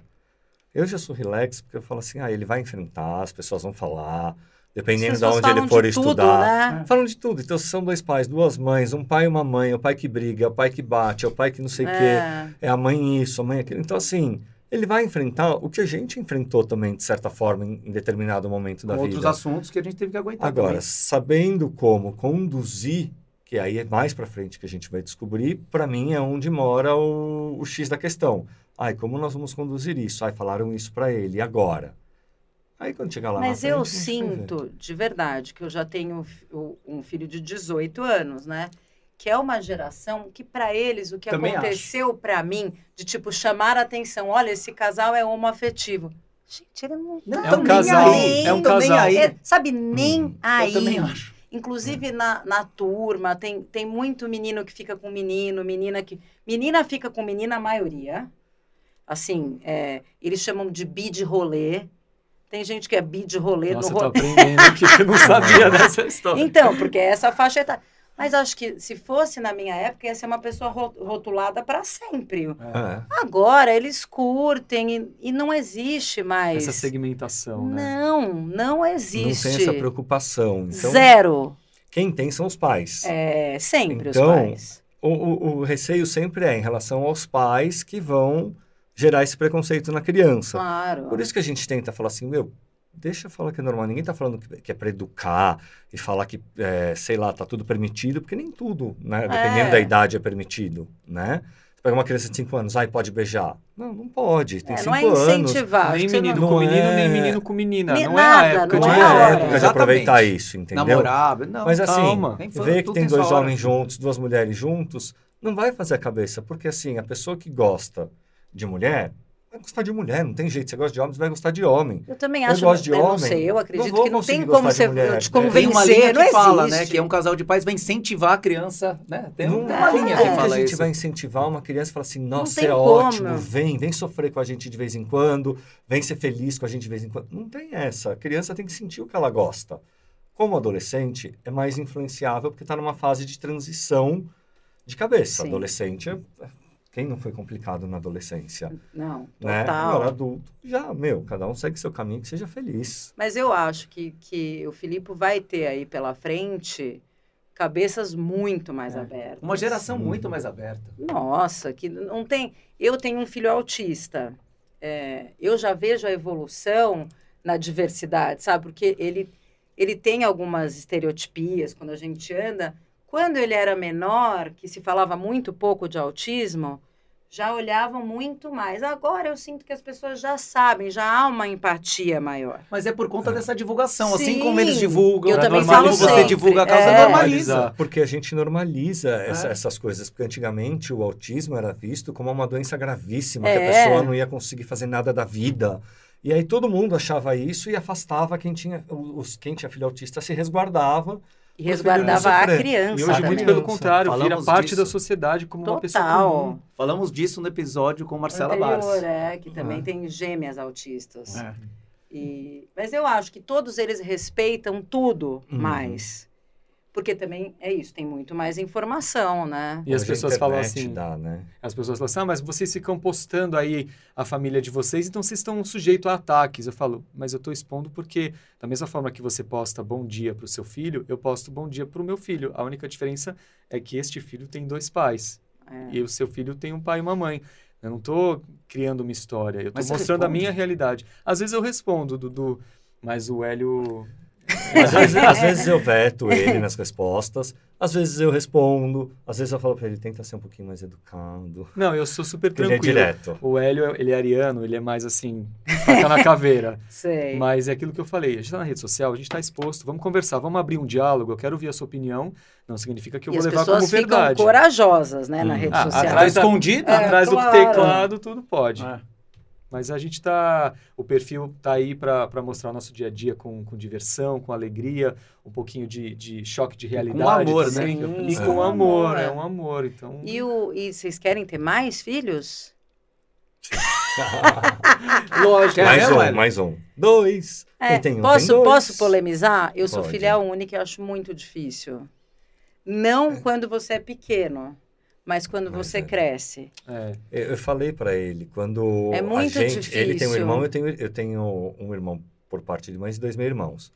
Eu já sou relax porque eu falo assim, ah, ele vai enfrentar, as pessoas vão falar, dependendo As de pessoas onde ele falam for de tudo, estudar. né? Falam de tudo. Então, se são dois pais, duas mães, um pai e uma mãe, é o pai que briga, é o pai que bate, é o pai que não sei o quê, É. é a mãe isso, a mãe aquilo. Então, assim, ele vai enfrentar o que a gente enfrentou também, de certa forma, em, em determinado momento da Com outros vida. assuntos que a gente teve que aguentar. Agora, também. sabendo como conduzir, que aí é mais pra frente que a gente vai descobrir, pra mim é onde mora o, o X da questão. Ai, como nós vamos conduzir isso? Ai, falaram isso pra ele, e agora? Aí quando chegar lá. na Mas eu frente, a gente vai ver. sinto, de verdade, que eu já tenho fi- o- um filho de 18 anos, né? Que é uma geração que, para eles, o que Também aconteceu pra mim, de tipo, chamar a atenção, olha, esse casal é homoafetivo. Gente, ele não Não, tá é um nem nem casal, aí. é um tô nem casal. aí. É, sabe, Hum. nem aí. Eu também acho. Inclusive na, na turma, tem, tem muito menino que fica com menino, menina que. Menina fica com menina, a maioria. Assim, é, eles chamam de bi de rolê. Tem gente que é bi de rolê Nossa, no eu tô rolê. aprendendo que eu (laughs) não sabia dessa história. Então, porque essa faixa etária. Mas acho que se fosse na minha época, ia ser uma pessoa ro- rotulada para sempre. É. Agora eles curtem e, e não existe mais. Essa segmentação, né? Não, não existe. Não tem essa preocupação. Então, Zero. quem tem são os pais. É, sempre Então, os pais. O, o- o receio sempre é em relação aos pais que vão gerar esse preconceito na criança. Claro. Por isso que a gente tenta falar assim, meu, deixa eu falar que é normal. Ninguém tá falando que, que é para educar e falar que, é, sei lá, tá tudo permitido, porque nem tudo, né? Dependendo É. da idade é permitido, né? Você pega uma criança de 5 anos, ai, pode beijar. Não, não pode, tem É, 5 não é anos. incentivar. Nem acho que você menino não- com menino, Não é- nem menino com menina. Ni- Não nada, é a época não Não de é a é hora. época de Exatamente. aproveitar isso, entendeu? Namorável. Não, Mas assim, Calma. Tem fã- ver que tudo tem sua dois hora. homens juntos, duas mulheres juntos, não vai fazer a cabeça, porque assim, a pessoa que gosta de mulher, vai gostar de mulher, não tem jeito. Você gosta de homem, você vai gostar de homem. Eu também Eu acho. gosto de eu não homem. sei, eu acredito vou que não conseguir tem gostar como de você mulher. te Tem É, Tem convencer. uma linha que não fala, existe. né? Que é um casal de pais vai incentivar a criança, né? Tem Não, uma linha que como fala a gente isso. vai incentivar uma criança e falar assim, nossa, tem é como. ótimo, vem, vem sofrer com a gente de vez em quando, vem ser feliz com a gente de vez em quando. Não tem essa. A criança tem que sentir o que ela gosta. Como adolescente, é mais influenciável porque está numa fase de transição de cabeça. Sim. Adolescente, é- quem não foi complicado na adolescência? Não, Né? total. Agora, adulto, já, meu, cada um segue seu caminho, que seja feliz. Mas eu acho que, que o Filipe vai ter aí pela frente cabeças muito mais É. abertas. Uma geração Sim. muito mais aberta. Nossa, que não tem. Eu tenho um filho autista. É, eu já vejo a evolução na diversidade, sabe? Porque ele, ele tem algumas estereotipias quando a gente anda. Quando ele era menor, que se falava muito pouco de autismo, já olhavam muito mais. Agora eu sinto que as pessoas já sabem, já há uma empatia maior. Mas é por conta dessa divulgação. Assim Sim. como eles divulgam, Eu pra também normalizar, falo você sempre, divulga a causa, é. normaliza. Porque a gente normaliza essa- É. essas coisas. Porque antigamente o autismo era visto como uma doença gravíssima, que É. a pessoa não ia conseguir fazer nada da vida. E aí todo mundo achava isso e afastava quem tinha, os, quem tinha filho autista se resguardava. E Prefiro resguardava não a sofrer. criança. E hoje, muito também. pelo contrário, vira Falamos parte disso. da sociedade como uma pessoa comum. Total. Falamos disso no episódio com Marcela Anterior, Barros. é, que também Ah. tem gêmeas autistas. É. E- mas eu acho que todos eles respeitam tudo Uhum. mais. Porque também é isso, tem muito mais informação, né? E as Hoje a pessoas falam internet assim, Dá, né? as pessoas falam assim, ah, mas vocês ficam postando aí a família de vocês, então vocês estão sujeitos a ataques. Eu falo, mas eu estou expondo porque da mesma forma que você posta bom dia para o seu filho, eu posto bom dia para o meu filho. A única diferença é que este filho tem dois pais É. e o seu filho tem um pai e uma mãe. Eu não estou criando uma história, eu estou Mas você mostrando a responde? minha realidade. Às vezes eu respondo, Dudu, mas o Hélio... Às vezes, (laughs) às vezes eu veto ele nas respostas, às vezes eu respondo, às vezes eu falo pra ele, tenta ser um pouquinho mais educado. Não, eu sou super Porque ele é tranquilo. direto. O Hélio, ele é ariano, ele é mais assim, faca na (laughs) caveira. Sei. Mas é aquilo que eu falei, a gente está na rede social, a gente está exposto, vamos conversar, vamos abrir um diálogo, eu quero ouvir a sua opinião. Não significa que eu e as vou levar como pessoas ficam verdade. corajosas, né, na Hum. rede Ah, social. Tá atrás da- escondido? É, Atrás do claro. teclado, tudo pode. Ah, É. Mas a gente tá. O perfil tá aí para mostrar o nosso dia a dia com, com diversão, com alegria, um pouquinho de, de choque de realidade. amor, né? também. Sim, E sim. com É. amor, É. é um amor. Então. (laughs) E, o, e vocês querem ter mais filhos? Lógico, é mais né, mesmo, um, Hélio? mais um. Dois. É, Quem tem um, posso, tem dois. posso polemizar? Eu sou Pode. filha única e eu acho muito difícil. Não quando você é pequeno, mas quando Mas você é. cresce. É. Eu, eu falei pra ele, quando É a muito gente, ele tem um difícil. irmão, eu tenho, eu tenho um irmão por parte de mães e dois meus irmãos.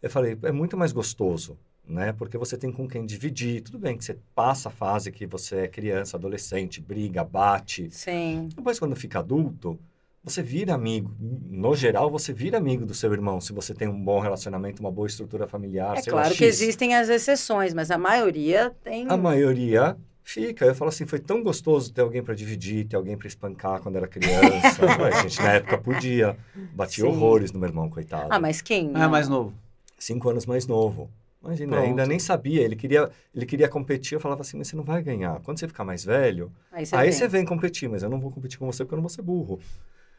Eu falei, é muito mais gostoso, né? Porque você tem com quem dividir. Tudo bem que você passa a fase que você é criança, adolescente, briga, bate. Sim. Depois, quando fica adulto, você vira amigo. No geral, você vira amigo do seu irmão, se você tem um bom relacionamento, uma boa estrutura familiar. É Ah, sei lá, claro que X. existem as exceções, mas a maioria tem. A maioria fica. Eu falo assim, foi tão gostoso ter alguém para dividir, ter alguém para espancar quando era (laughs) criança. a gente, na época, podia. Bati Sim. horrores no meu irmão, coitado. Ah, mas quem? Ah, é mais novo. Cinco anos mais novo. Imagina, Pronto. ainda nem sabia. Ele queria, ele queria competir. Eu falava assim, mas você não vai ganhar. Quando você ficar mais velho, Aí você aí vem. você vem competir. Mas eu não vou competir com você porque eu não vou ser burro.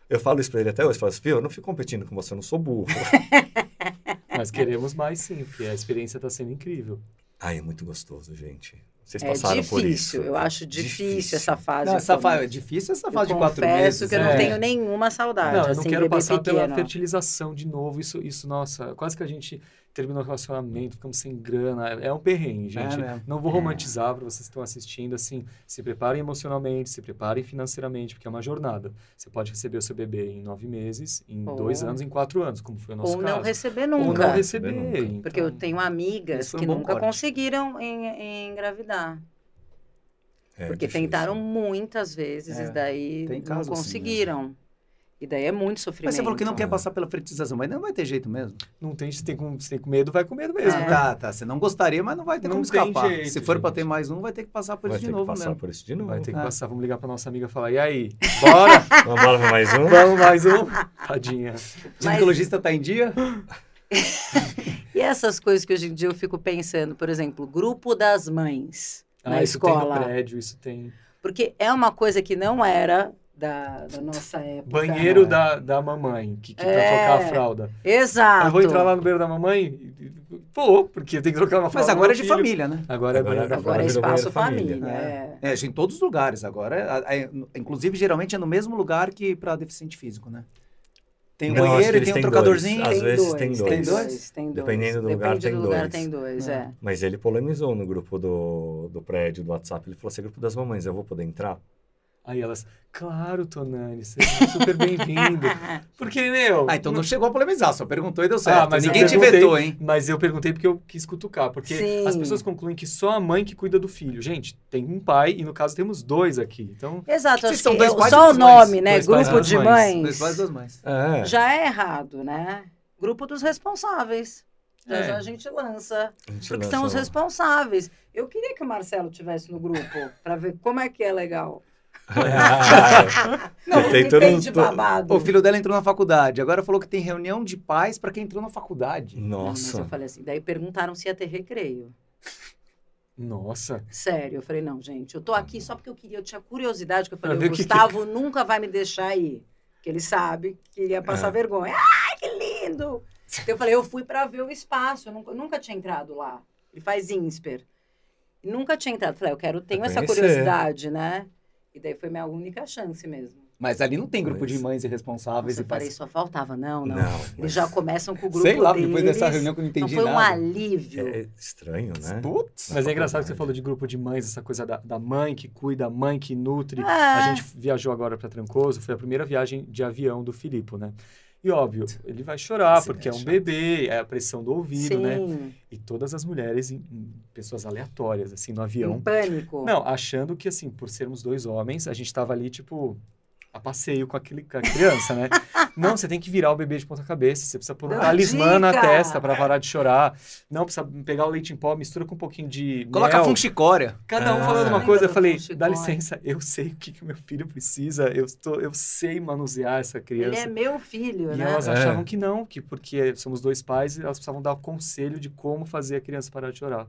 Eu falo isso pra ele até hoje. Eu falo assim, viu, eu não fico competindo com você, eu não sou burro. Mas queremos mais sim, porque a experiência está sendo incrível. Ai, é muito gostoso, gente. Vocês É passaram por isso. difícil, eu acho difícil, essa fase. Não, essa eu fase, é difícil essa fase de eu quatro confesso meses. que eu não né? é. tenho nenhuma saudade. Não, eu não assim, quero bebê passar pela pequeno. fertilização de novo. Isso, isso, nossa, quase que a gente terminou o relacionamento, ficamos sem grana. É é um perrengue, gente. É mesmo. Não vou romantizar para vocês que estão assistindo, assim, se preparem emocionalmente, se preparem financeiramente, porque é uma jornada. Você pode receber o seu bebê em nove meses, em Ou- dois anos, em quatro anos, como foi o nosso Ou caso. não receber Ou não nunca. receber. Nunca. então- Porque eu tenho Isso amigas foi um que bom nunca corte. conseguiram em- em engravidar. É Porque difícil. tentaram muitas vezes É, e daí tem não caso assim conseguiram. e daí é muito sofrimento. Mas você falou que não quer É. passar pela fertilização, mas não vai ter jeito mesmo. Não tem, se tem com, se tem com medo, vai com medo mesmo. É. Tá, tá. Você não gostaria, mas não vai ter Não como tem escapar. jeito, Se for pra gente. ter mais um, vai ter que passar por Vai isso ter de que novo passar mesmo. por isso de novo. Vai ter que É. passar, vamos ligar pra nossa amiga e falar, e aí, bora? Vamos embora pra mais um? (laughs) Vamos mais um? Tadinha. O ginecologista tá em dia? E essas coisas que hoje em dia eu fico pensando, por exemplo, grupo das mães na Ah, isso tem no escola. prédio, isso tem... Porque é uma coisa que não era da, da nossa época. Banheiro da, da mamãe, que, que pra É. trocar a fralda. Exato. eu vou entrar lá no banheiro da mamãe? E- e- Vou, porque eu tenho que trocar uma Mas fralda. do agora é de meu filho. família, né? Agora é Agora- banheiro da fralda. Agora é virou banheiro espaço família. família. é. É, em todos os lugares agora. é- é- inclusive, geralmente é no mesmo lugar que pra deficiente físico, né? Tem o Não, acho banheiro e que eles tem um têm trocadorzinho. dois. Às vezes tem dois. Tem dois. Dependendo do Depende lugar, tem do lugar, dois. tem dois, É. é. Mas ele polemizou no grupo do, do prédio, do WhatsApp. Ele falou assim, grupo das mamães, eu vou poder entrar? Aí elas, claro, Tonani, seja super bem-vindo. é. Porque, meu. Ah, então não não- chegou a polemizar, só perguntou e deu certo. mas eu Ninguém te perguntei- vetou, hein? Mas eu perguntei porque eu quis cutucar. Porque Sim. as pessoas concluem que só a mãe que cuida do filho. Gente, tem um pai e no caso temos dois aqui. Então. (laughs) Exato, Vocês acho são que dois é- pais e só o duas mães. nome, né? Dois pais e Grupo duas de mães. Dois pais, duas mães. É. Já é errado, né? Grupo dos responsáveis. Já, É. já a gente lança. A gente Porque lança são os lá. responsáveis. Eu queria que o Marcelo tivesse no grupo para ver como é que é legal. Não, tem tem, todo- tem de todo- babado. O filho dela entrou na faculdade, agora falou que tem reunião de pais pra quem entrou na faculdade. Não, Mas eu (laughs) Nossa. falei assim, daí perguntaram se ia ter recreio. Nossa. Sério, eu falei, não, gente, eu tô aqui só porque eu queria, eu tinha curiosidade, que eu Pra falei, ver o o que que- Gustavo nunca vai me deixar ir. Que ele sabe que ia passar É. vergonha. Ai, que lindo! Então eu falei, eu fui pra ver o espaço, eu nunca, eu nunca tinha entrado lá. Ele faz INSPER. Nunca tinha entrado. Falei, "Ah, eu quero, tenho essa conhecer. curiosidade, né? E daí foi minha única chance mesmo. Mas ali não tem grupo de Mas- mães irresponsáveis Nossa, e eu falei, pais. só faltava, não, não. mas é Eles já começam com o grupo Sei lá, deles. depois dessa reunião que eu não Então entendi foi um nada. alívio. É estranho, né? Putz. Mas é engraçado que você falou de grupo de mães, essa coisa da, da mãe que cuida, a mãe que nutre. É. A gente viajou agora para Trancoso, foi a primeira viagem de avião do Filipe, né? E óbvio, ele vai chorar, Esse porque é é um chato. bebê, é a pressão do ouvido, Sim, né? E todas as mulheres, em- em pessoas aleatórias, assim, no avião. em Um pânico. Não, achando que, assim, por sermos dois homens, a gente tava ali, tipo, a passeio com, aquele, com a criança, (laughs) né? Não, você tem que virar o bebê de ponta cabeça, você precisa pôr um Não, talismã na dica! testa pra parar de chorar. Não, precisa pegar o leite em pó, mistura com um pouquinho de Coloca mel. funchicória. Cada um Ah. falando uma Lembra coisa, eu do falei, Funchicói? dá licença, eu sei o que que o meu filho precisa, eu, tô, eu sei manusear essa Ele é criança. meu filho, E né? elas É. achavam que não, que porque somos dois pais, elas precisavam dar o conselho de como fazer a criança parar de chorar.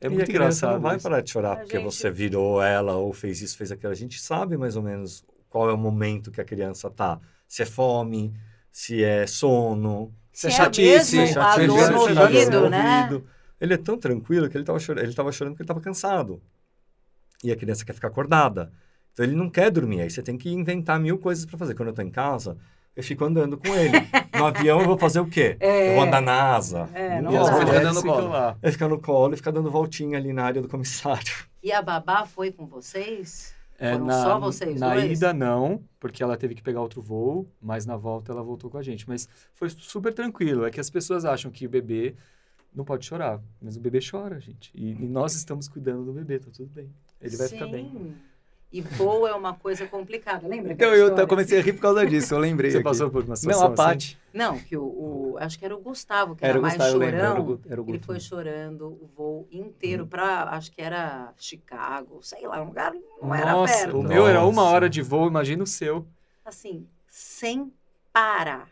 É muito e a criança engraçado não vai isso. parar de chorar A porque Ah, gente- você virou ela ou fez isso, fez aquilo. A gente sabe mais ou menos qual é o momento que a criança tá. Se é fome, se é sono, Isso é Que é chatice. mesmo, se a se dor é no se tá ouvido, dor no né? ouvido. Ele é tão tranquilo que ele tava chorando, ele tava chorando porque ele tava cansado. E a criança quer ficar acordada. Então ele não quer dormir. Aí você tem que inventar mil coisas para fazer. Quando eu tô em casa, eu fico andando com ele. (laughs) No avião eu vou fazer o quê? É. Eu vou andar na asa. É, não E as dá. dá. mulheres- mulheres Dando ficam colo. lá. É ficar no colo e ficar dando voltinha ali na área do comissário. (laughs) E a babá foi com vocês? É, Foram na, só vocês Na dois? ida, não, porque ela teve que pegar outro voo, mas na volta ela voltou com a gente. Mas foi super tranquilo. É que as pessoas acham que o bebê não pode chorar, mas o bebê chora, gente. E, e nós estamos cuidando do bebê, tá tudo bem. Ele vai ficar bem. E voo é uma coisa complicada, lembra? Então aquela eu história? comecei a rir por causa disso, eu lembrei. Você aqui. passou por uma situação Não, a assim? Paty. Não, que o, o- Acho que era o Gustavo, que era, Era o mais Gustavo, eu lembro. Era o chorão. Gu- era o Ele Guto. foi chorando o voo inteiro pra. Acho que era Chicago, sei lá, um lugar não era Nossa, perto. o meu era uma Nossa. hora de voo, imagina o seu. assim, sem parar.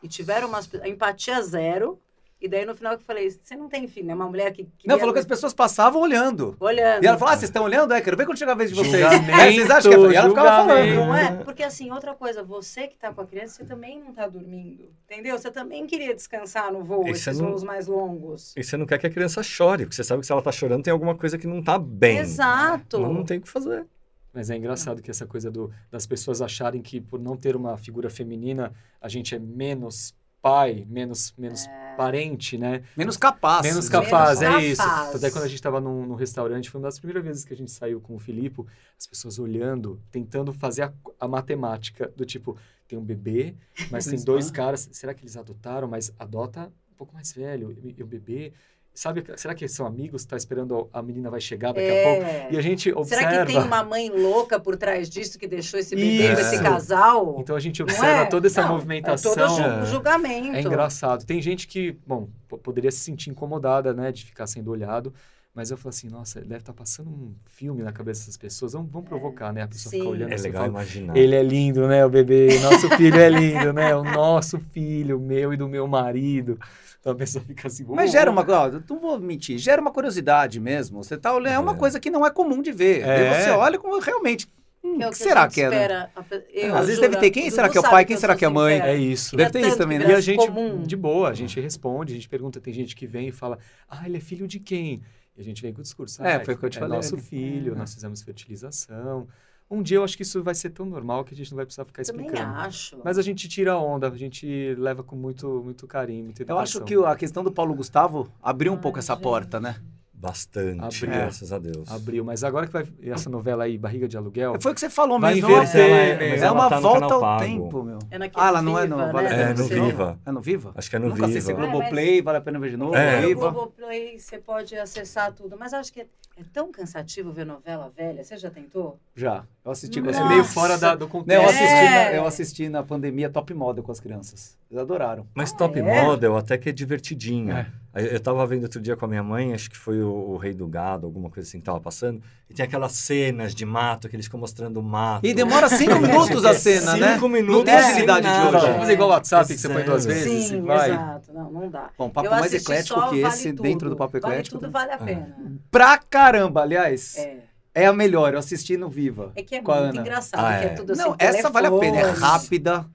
E tiveram umas. pe- Empatia zero. E daí no final que eu falei: você não tem filho, né? Uma mulher que. Não, queria- falou que as pessoas passavam olhando. Olhando. E ela falou: Ah, vocês estão olhando? É, quero ver quando chegar a vez de vocês. Julgamento, É, vocês acham que é. E ela ficava julgamento. falando. Não é? Porque assim, outra coisa, você que tá com a criança, você também não tá dormindo. Entendeu? Você também queria descansar no voo, Isso esses é no- voos mais longos. E você não quer que a criança chore, porque você sabe que se ela tá chorando tem alguma coisa que não tá bem. Exato. Mas não tem o que fazer. Mas é engraçado que essa coisa do, das pessoas acharem que por não ter uma figura feminina, a gente é menos pai, menos, menos parente, né? Menos capaz. Menos né? capaz, é Menos isso. capaz. Até quando a gente estava num, num restaurante, foi uma das primeiras vezes que a gente saiu com o Filipe, as pessoas olhando, tentando fazer a, a matemática do tipo, tem um bebê, mas tem Dois (laughs) dois Uhum. pais. caras, será que eles adotaram? Mas adota um pouco mais velho, e, e o bebê, sabe, será que eles são amigos? Tá esperando a, a menina vai chegar daqui a pouco? É. E a gente observa. Será que tem uma mãe louca por trás disso que deixou esse bebê com Isso. esse casal? Então a gente Não observa é? toda essa Não, movimentação. É todo ju- julgamento. É engraçado. Tem gente que, bom, po- poderia se sentir incomodada, né, de ficar sendo olhado. Mas eu falo assim, nossa, deve estar passando um filme na cabeça dessas pessoas. Vamos, vamos provocar, né? A pessoa É. Sim. fica olhando É assim, legal fala, imaginar. Ele é lindo, né, o bebê? Nosso filho é lindo, né? O nosso filho, meu e do meu marido. Então a pessoa fica assim... Mas "Uh". gera uma. ó, eu não vou mentir, gera uma curiosidade mesmo. Você tá olhando, é uma É. coisa que não é comum de ver. É. Aí Você olha como realmente. Hum, É o que será a gente que é? né? espera. A pe- eu, Às vezes juro, deve ter, quem o será Dudu que é o sabe pai, quem eu será sou que é a mãe? sincera. É isso. Deve ter Tanto isso também, que né? E a graça gente, comum. de boa, a gente responde, a gente pergunta, tem gente que vem e fala, ah, ele é filho de quem? E a gente vem com o discurso. É, "Ah, foi o que eu te é falei, nosso né?" filho, É. nós fizemos fertilização. Um dia eu acho que isso vai ser tão normal que a gente não vai precisar ficar Também explicando. acho. Mas a gente tira a onda, a gente leva com muito, muito carinho, muita Eu acho educação. que a questão do Paulo Gustavo abriu um Ai, pouco essa gente. porta, né? Bastante, Abriu. graças a Deus. Abriu, mas agora que vai essa novela aí, Barriga de Aluguel, Foi o que você falou Vai mesmo. inverter, é uma- né? Mas É ela uma tá no volta canal ao pago. tempo, meu. É naquele Ah, ela não é, Viva, não. Vale né? a É, pena Deve no ver ser. Viva. É no Viva? Acho que é no Nunca sei se Viva. Globo- Globoplay, vale a pena ver de novo. É. É, o Viva. Globoplay, você pode acessar tudo. Mas acho que é, é tão cansativo ver novela velha. Você já tentou? Já. Eu assisti com as é Nossa. meio crianças. fora da- do Não, eu, contexto. assisti É. na, eu assisti na pandemia Top Model com as crianças. Eles adoraram. Mas Ah, Top é? Model até que é divertidinha. Eu eu tava vendo outro dia com a minha mãe, acho que foi o o Rei do Gado, alguma coisa assim que tava passando, e tem aquelas cenas de mato que eles ficam mostrando o mato. é E demora cinco minutos a cena, Cinco né? minutos. Não tem sem agilidade de nada. hoje. Vamos fazer igual o WhatsApp que você põe Sério? duas vezes Sim, e vai. exato. Não, não dá. Bom, papo Eu mais assisti eclético só que Vale esse, dentro do Tudo. papo Vale eclético. Ah. tudo vale a É. pena. Pra caramba, aliás, é, É. a melhor, eu assisti no Viva. É que é Com a muito Ana. engraçado, Ah, que é é. tudo assim, não, essa vale a pena, é telefone. rápida,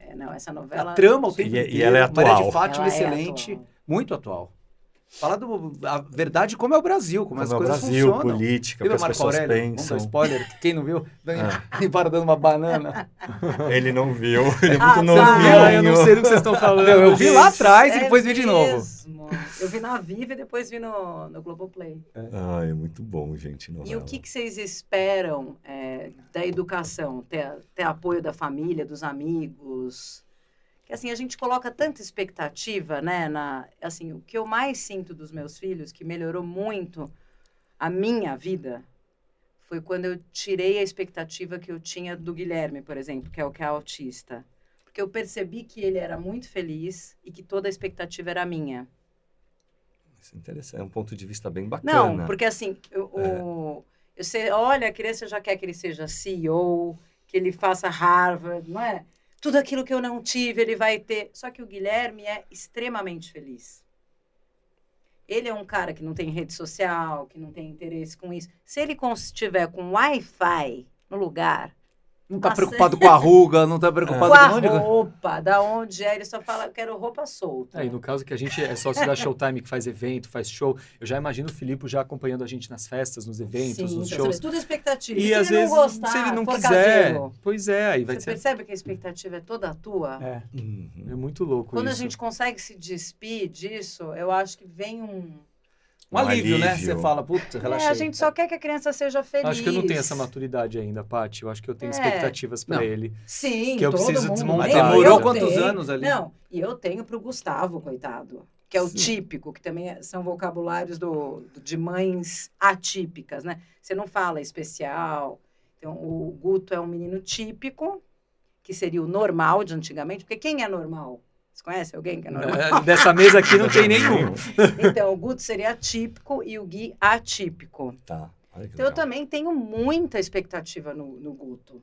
É, não, essa novela... a trama o tempo E é- e inteiro. ela é Maria de atual. Fátima, ela é excelente, atual. muito atual. Fala do, a verdade como é o Brasil, como, Como as é o coisas Brasil, funcionam. política, o que Lembra as Marco pessoas Aurélio? Vamos dar pensam. É. spoiler, quem não viu, (laughs) (laughs) embora dando uma banana. Ele não viu, (laughs) ele é muito Ah, tá. novinho. Ah, eu não sei do que vocês estão falando. Não, eu vi lá atrás e É depois vi de novo. mesmo. Eu vi na Viva e depois vi no, no Globoplay. Ah, é muito bom, gente. E novela. o que, que vocês esperam é, da educação? Ter, ter apoio da família, dos amigos? Que assim, a gente coloca tanta expectativa, né? Na, assim, o que eu mais sinto dos meus filhos, que melhorou muito a minha vida, foi quando eu tirei a expectativa que eu tinha do Guilherme, por exemplo, que é o que é autista. Porque eu percebi que ele era muito feliz e que toda a expectativa era minha. Isso é interessante, é um ponto de vista bem bacana. Não, porque assim, eu, o, É. eu sei, olha, a criança já quer que ele seja CEO, que ele faça Harvard, não é? Tudo aquilo que eu não tive, ele vai ter. Só que o Guilherme é extremamente feliz. Ele é um cara que não tem rede social, que não tem interesse com isso. Se ele cons- estiver com Wi-Fi no lugar, Não tá Nossa. preocupado com a ruga, não tá preocupado com a com onde... roupa, da onde é, ele só fala, eu quero roupa solta. É, e no caso que a gente é (laughs) sócio da Showtime, que faz evento, faz show, eu já imagino o Filipe já acompanhando a gente nas festas, nos eventos, Sim, nos então, shows. tudo expectativa. E se às ele vezes, não gostar, se ele não for quiser, caseiro, pois é, aí vai Você ser. percebe que a expectativa é toda tua? É. Uhum. É muito louco Quando isso. a gente consegue se despir disso, eu acho que vem um. Um alívio, né? alívio. Você fala, puta, relaxei. É, a gente só quer que a criança seja feliz. Acho que eu não tenho essa maturidade ainda, Paty. Eu acho que eu tenho É. expectativas pra Não. ele. Sim, que eu todo preciso mundo desmontar. Mas tem, Ah, demorou eu quantos tenho. anos ali? Não, e eu tenho pro Gustavo, coitado. Que é o Sim. típico, que também é- são vocabulários do, do- de mães atípicas, né? Você não fala especial. Então, o Guto é um menino típico, que seria o normal de antigamente, porque quem é normal? Você conhece alguém que é normal? É, Dessa mesa aqui não tem nenhum. Então, o Guto seria atípico e o Gui atípico. Tá. Olha que Então, eu legal. também tenho muita expectativa no, no Guto.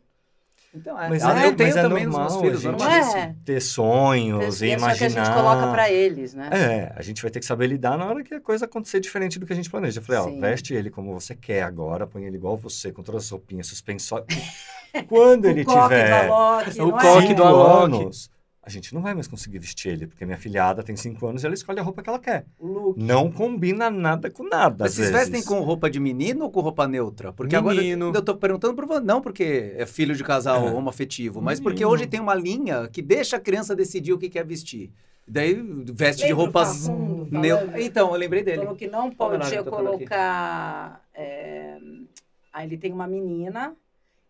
Então, é. Mas Ah, é- eu tenho mas é também nos meus normal, filhos, gente. normal. Não é? Ter sonhos e E é só imaginar. que a gente coloca pra eles, né? É, a gente vai ter que saber lidar na hora que a coisa acontecer diferente do que a gente planeja. Eu falei, ó, Sim. veste ele como você quer agora, põe ele igual você, com todas as roupinhas, suspensório. (laughs) Quando ele tiver Coque, O o coque coque cinco do Alok. anos, a gente não vai mais conseguir vestir ele, porque minha filhada tem cinco anos e ela escolhe a roupa que ela quer. O look. Não combina nada com nada. Mas às vocês vezes. vestem com roupa de menino ou com roupa neutra? Porque Menino. agora eu tô perguntando por vo- não porque é filho de casal É. homoafetivo, mas Menino. porque Uhum. hoje tem uma linha que deixa a criança decidir o que quer vestir. Daí veste de Lembra o roupas Facundo falando? neutras. Então, eu lembrei dele. Falou que não Olha lá, podia eu tô colocando aqui. colocar. é, Aí ele tem uma menina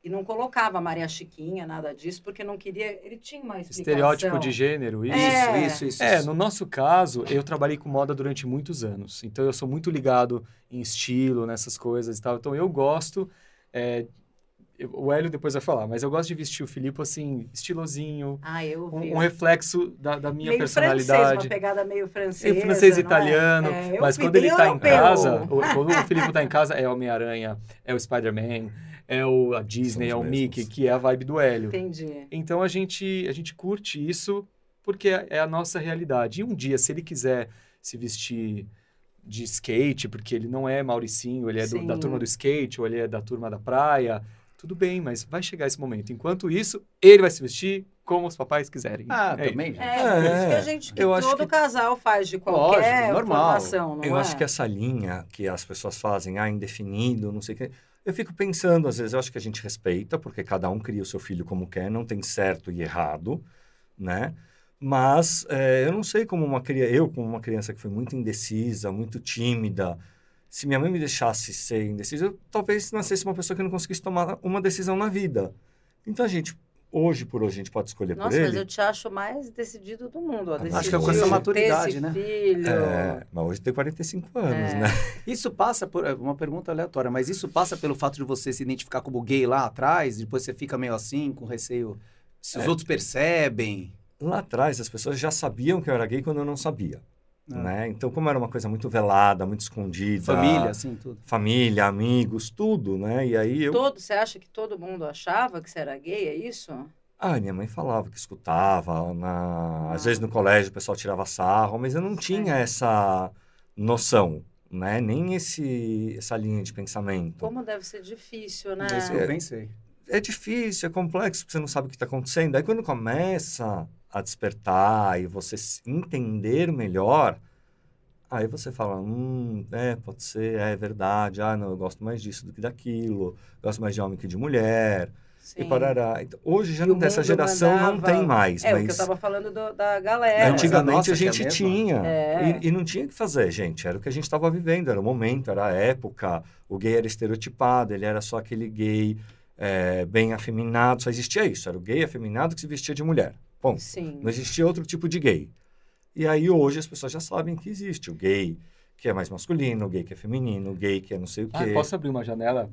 e não colocava Maria Chiquinha, nada disso, porque não queria. Ele tinha uma explicação. Estereótipo de gênero, isso. É. Isso, isso, isso. É, isso. no nosso caso, eu trabalhei com moda durante muitos anos. Então, eu sou muito ligado em estilo, nessas coisas e tal. Então, eu gosto. é, eu- o Hélio depois vai falar, mas eu gosto de vestir o Filipe assim, estilosinho, Ah, eu vi. um, um reflexo da, da minha meio francês, uma personalidade. pegada meio francesa. Em francês e não é? italiano, É, eu mas fui quando ele bem tá em europeu. casa, (laughs) o- quando o Filipe tá em casa, é o Homem-Aranha, é o Spider-Man, é o, a Disney, é São o os Mickey, mesmos. que é a vibe do Hélio. Entendi. Então a gente, a gente curte isso porque é é a nossa realidade. E um dia, se ele quiser se vestir de skate, porque ele não é mauricinho, ele é do- Sim. da turma do skate, ou ele é da turma da praia, tudo bem, mas vai chegar esse momento. Enquanto isso, ele vai se vestir como os papais quiserem. Ah, É também. É, gente. por isso que a É, gente que eu acho todo que- casal faz de qualquer Lógico, normal. formação, não Eu é? acho que essa linha que as pessoas fazem, ah, indefinido, não sei o quê. Eu fico pensando, às vezes, eu acho que a gente respeita, porque cada um cria o seu filho como quer, não tem certo e errado, né? Mas eh, eu não sei como uma criança, eu como uma criança que foi muito indecisa, muito tímida, se minha mãe me deixasse ser indecisa, eu talvez nascesse uma pessoa que não conseguisse tomar uma decisão na vida. Então a gente, hoje por hoje, a gente pode escolher por Nossa, mas ele. eu te acho mais decidido do mundo. Ó, Acho que decidiu com essa ter maturidade, esse né? Filho. É, mas hoje tem 45 anos, É. né? Isso passa por. é Uma pergunta aleatória, mas isso passa pelo fato de você se identificar como gay lá atrás, depois você fica meio assim, com receio. É. Se os outros percebem. Lá atrás, as pessoas já sabiam que eu era gay quando eu não sabia. Ah. né? Então, como era uma coisa muito velada, muito escondida, Família, assim, tudo. família, amigos, tudo, né? E aí eu, Todo, você acha que todo mundo achava que você era gay, é isso? ah, minha mãe falava que escutava, na... às Ah. vezes no colégio o pessoal tirava sarro, mas eu não tinha essa noção, né? Nem esse essa linha de pensamento. Como deve ser difícil, né? É Isso eu pensei. é difícil, é complexo, porque você não sabe o que está acontecendo. Aí quando começa a despertar e você se entender melhor, aí você fala, hum, é, pode ser, é verdade, ah, não, eu gosto mais disso do que daquilo, gosto mais de homem que de mulher, Sim. e parará. Então, hoje já E não o tem, essa mundo geração não mandava- tem mais, É, o que eu mas tava falando do- da galera. Antiga- antigamente Nossa, a que é gente mesmo? tinha. É. E, e não tinha o que fazer, gente. Era o que a gente estava vivendo, era o momento, era a época. O gay era estereotipado, ele era só aquele gay é, bem afeminado. Só existia isso. Era o gay afeminado que se vestia de mulher. Ponto. Sim. Não existia outro tipo de gay. E aí hoje as pessoas já sabem que existe o gay que é mais masculino, o gay que é feminino, o gay que é não sei o quê. Ah, posso abrir uma (laughs) janela?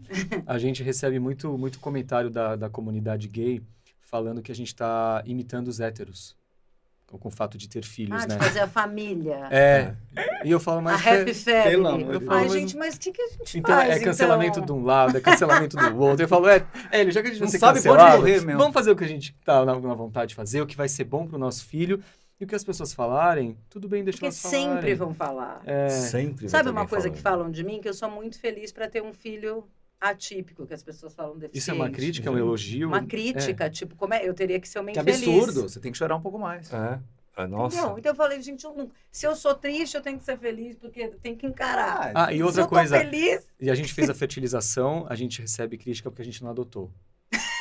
A gente recebe muito, muito comentário da, da comunidade gay falando que a gente está imitando os héteros. Com, com o fato de ter filhos, Ah, de né? fazer a família. É. E eu falo, A mas. é- Happy pelo Family. amor de Ai, Deus. Mas- gente, mas o que, que a gente Então, faz? é cancelamento de um lado, é cancelamento do outro. Eu falo, é, Hélio, já que a gente vai Não ser sabe, pode cancelado, morrer mesmo. vamos fazer o que a gente tá na, na vontade de fazer, o que vai ser bom pro nosso filho. E o que as pessoas falarem, tudo bem, deixa Porque elas falarem. sempre vão falar. É, Sempre vai ter Sabe uma alguém coisa falando. que falam de mim? Que eu sou muito feliz para ter um filho atípico, que as pessoas falam deficiente. isso é uma crítica, é um elogio. Uma crítica, tipo, como é? Eu teria que ser uma Que infeliz. absurdo. Você tem que chorar um pouco mais. É. Ah, nossa. Entendeu? Então eu falei, gente, eu não- se eu sou triste, eu tenho que ser feliz, porque eu tenho que encarar. Ah, e se outra eu tô coisa, feliz, e a gente fez a fertilização, a gente recebe crítica porque a gente não adotou.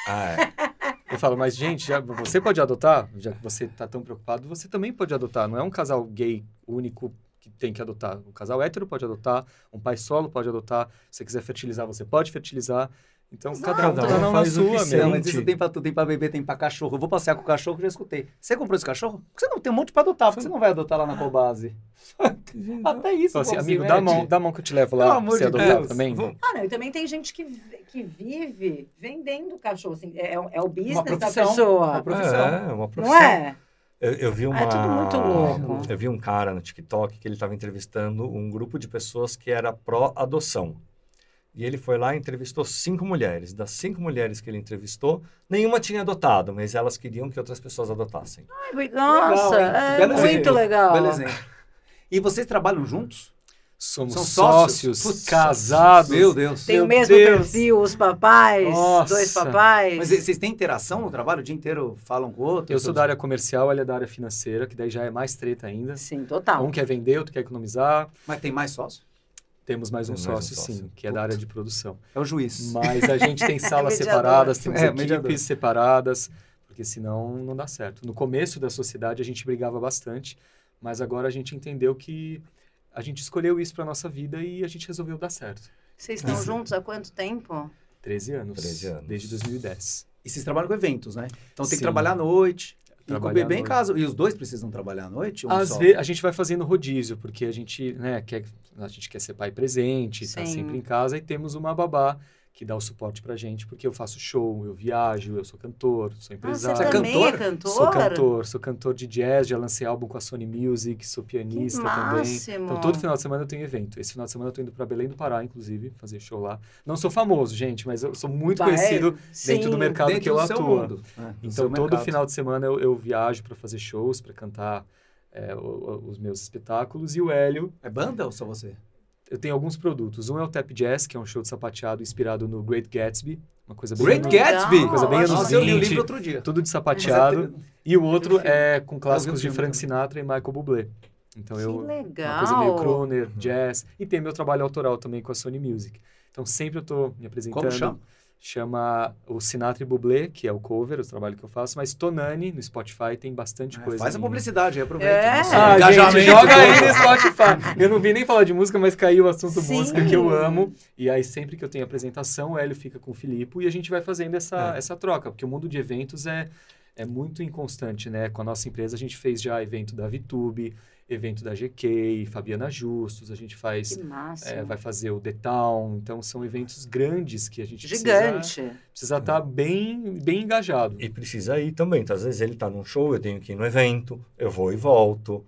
Ah, é. Eu falo, mas gente, já- você pode adotar? Já que você tá tão preocupado, você também pode adotar. Não é um casal gay único que tem que adotar. Um casal hétero pode adotar, um pai solo pode adotar. Se você quiser fertilizar, você pode fertilizar. Então, cada um Exato. tá na Faz o que sua sente. Não, mesmo. mas isso tem pra tudo, tem pra bebê, tem pra cachorro. Eu vou passear com o cachorro, já escutei. Você comprou esse cachorro? Por que você não tem um monte pra adotar? Por que você não vai adotar lá na Cobase? Até isso, Fala assim, pô, se amigo, dá a mete. mão, dá a mão que eu te levo lá né, Pelo pra amor você de adotar Deus. também. Vamos- Ah, (laughs) não, e também tem gente que, vi- que vive vendendo cachorro. assim, é, é o business da profissão, uma pessoa. profissão. É, uma Não profissão. é? Eu, eu vi uma. Ah, é tudo muito louco. Eu vi um cara no TikTok que ele estava entrevistando um grupo de pessoas que era pró-adoção. E ele foi lá e entrevistou cinco mulheres. Das cinco mulheres que ele entrevistou, nenhuma tinha adotado, mas elas queriam que outras pessoas adotassem. Ai, Nossa, Legal, hein? é Belo muito exemplo. legal. Belo exemplo. E vocês trabalham juntos? Somos São sócios? sócios, Putz. casados. Meu Deus. Tem o Meu mesmo Deus. perfil, os papais, Nossa. dois papais. Mas vocês têm interação no trabalho? O dia inteiro falam com o outro? Eu sou da área comercial, ela é da área financeira, que daí já é mais treta ainda. Sim, total. Um quer vender, outro quer economizar. Mas tem mais sócio? Temos mais um Tem mais um sócio, sócio. sim, que é da área de produção. É o juiz. Mas a (laughs) gente tem salas É Mediador. separadas, temos É, equipes mediador. separadas, porque senão não dá certo. No começo da sociedade a gente brigava bastante, mas agora a gente entendeu que a gente escolheu isso para nossa vida e a gente resolveu dar certo. Vocês estão juntos há quanto tempo? 13 anos. 13 anos. Desde 2010. E vocês trabalham com eventos, né? Então tem que Sim. trabalhar à noite. E com o Trabalhar bebê à em noite. casa. E os dois precisam trabalhar à noite? Um Às só? vezes a gente vai fazendo rodízio, porque a gente, né, quer, a gente quer ser pai presente, tá Sim. sempre em casa e temos uma babá que dá o suporte pra gente, porque eu faço show, eu viajo, eu sou cantor, sou Ah, você empresário. Você é também cantor? é cantor? Sou cantor, sou cantor de jazz, já lancei álbum com a Sony Music, sou Que pianista também. máximo. Então, todo final de semana eu tenho evento. Esse final de semana eu tô indo pra Belém do Pará, inclusive, fazer show lá. Não sou famoso, gente, mas eu sou muito Vai, conhecido sim. dentro do mercado Dentro é que eu do seu atuo. mundo, né? Do seu Então, todo mercado. final de semana eu, eu viajo pra fazer shows, pra cantar é, o- o- os meus espetáculos. E o Hélio, É banda ou só você? eu tenho alguns produtos. Um é o Tap Jazz, que é um show de sapateado inspirado no Great Gatsby. Uma coisa bem... Great Legal, Gatsby! coisa bem Nossa, anos eu li o 20. livro outro dia. Tudo de sapateado. E o outro filme. é com clássicos de filme Frank também. Sinatra e Michael Bublé. Então Que eu legal. uma coisa meio crooner, jazz e tem meu trabalho autoral também com a Sony Music. Então sempre eu tô me apresentando. Como chama? Chama o Sinatra e Bublé, que é o cover, o trabalho que eu faço, mas Tonani no Spotify tem bastante É, coisa. faz a minha. publicidade, aí aproveita. É. Nossa, Ah, engajamento. (laughs) gente, joga aí no (laughs) Spotify. Eu não vi nem falar de música, mas caiu o assunto Sim. música que eu amo. E aí, sempre que eu tenho apresentação, o Hélio fica com o Filipe e a gente vai fazendo essa, essa troca, porque o mundo de eventos é, é muito inconstante, né? Com a nossa empresa, a gente fez já evento da VTube, evento da GK, Fabiana Justus, a gente faz. Que máximo. é, vai fazer o The Town, então são eventos grandes que a gente Gigante. precisa estar bem, bem engajado. tá? E precisa ir também. Então, às vezes ele está num show, eu tenho que ir no evento, eu vou e volto.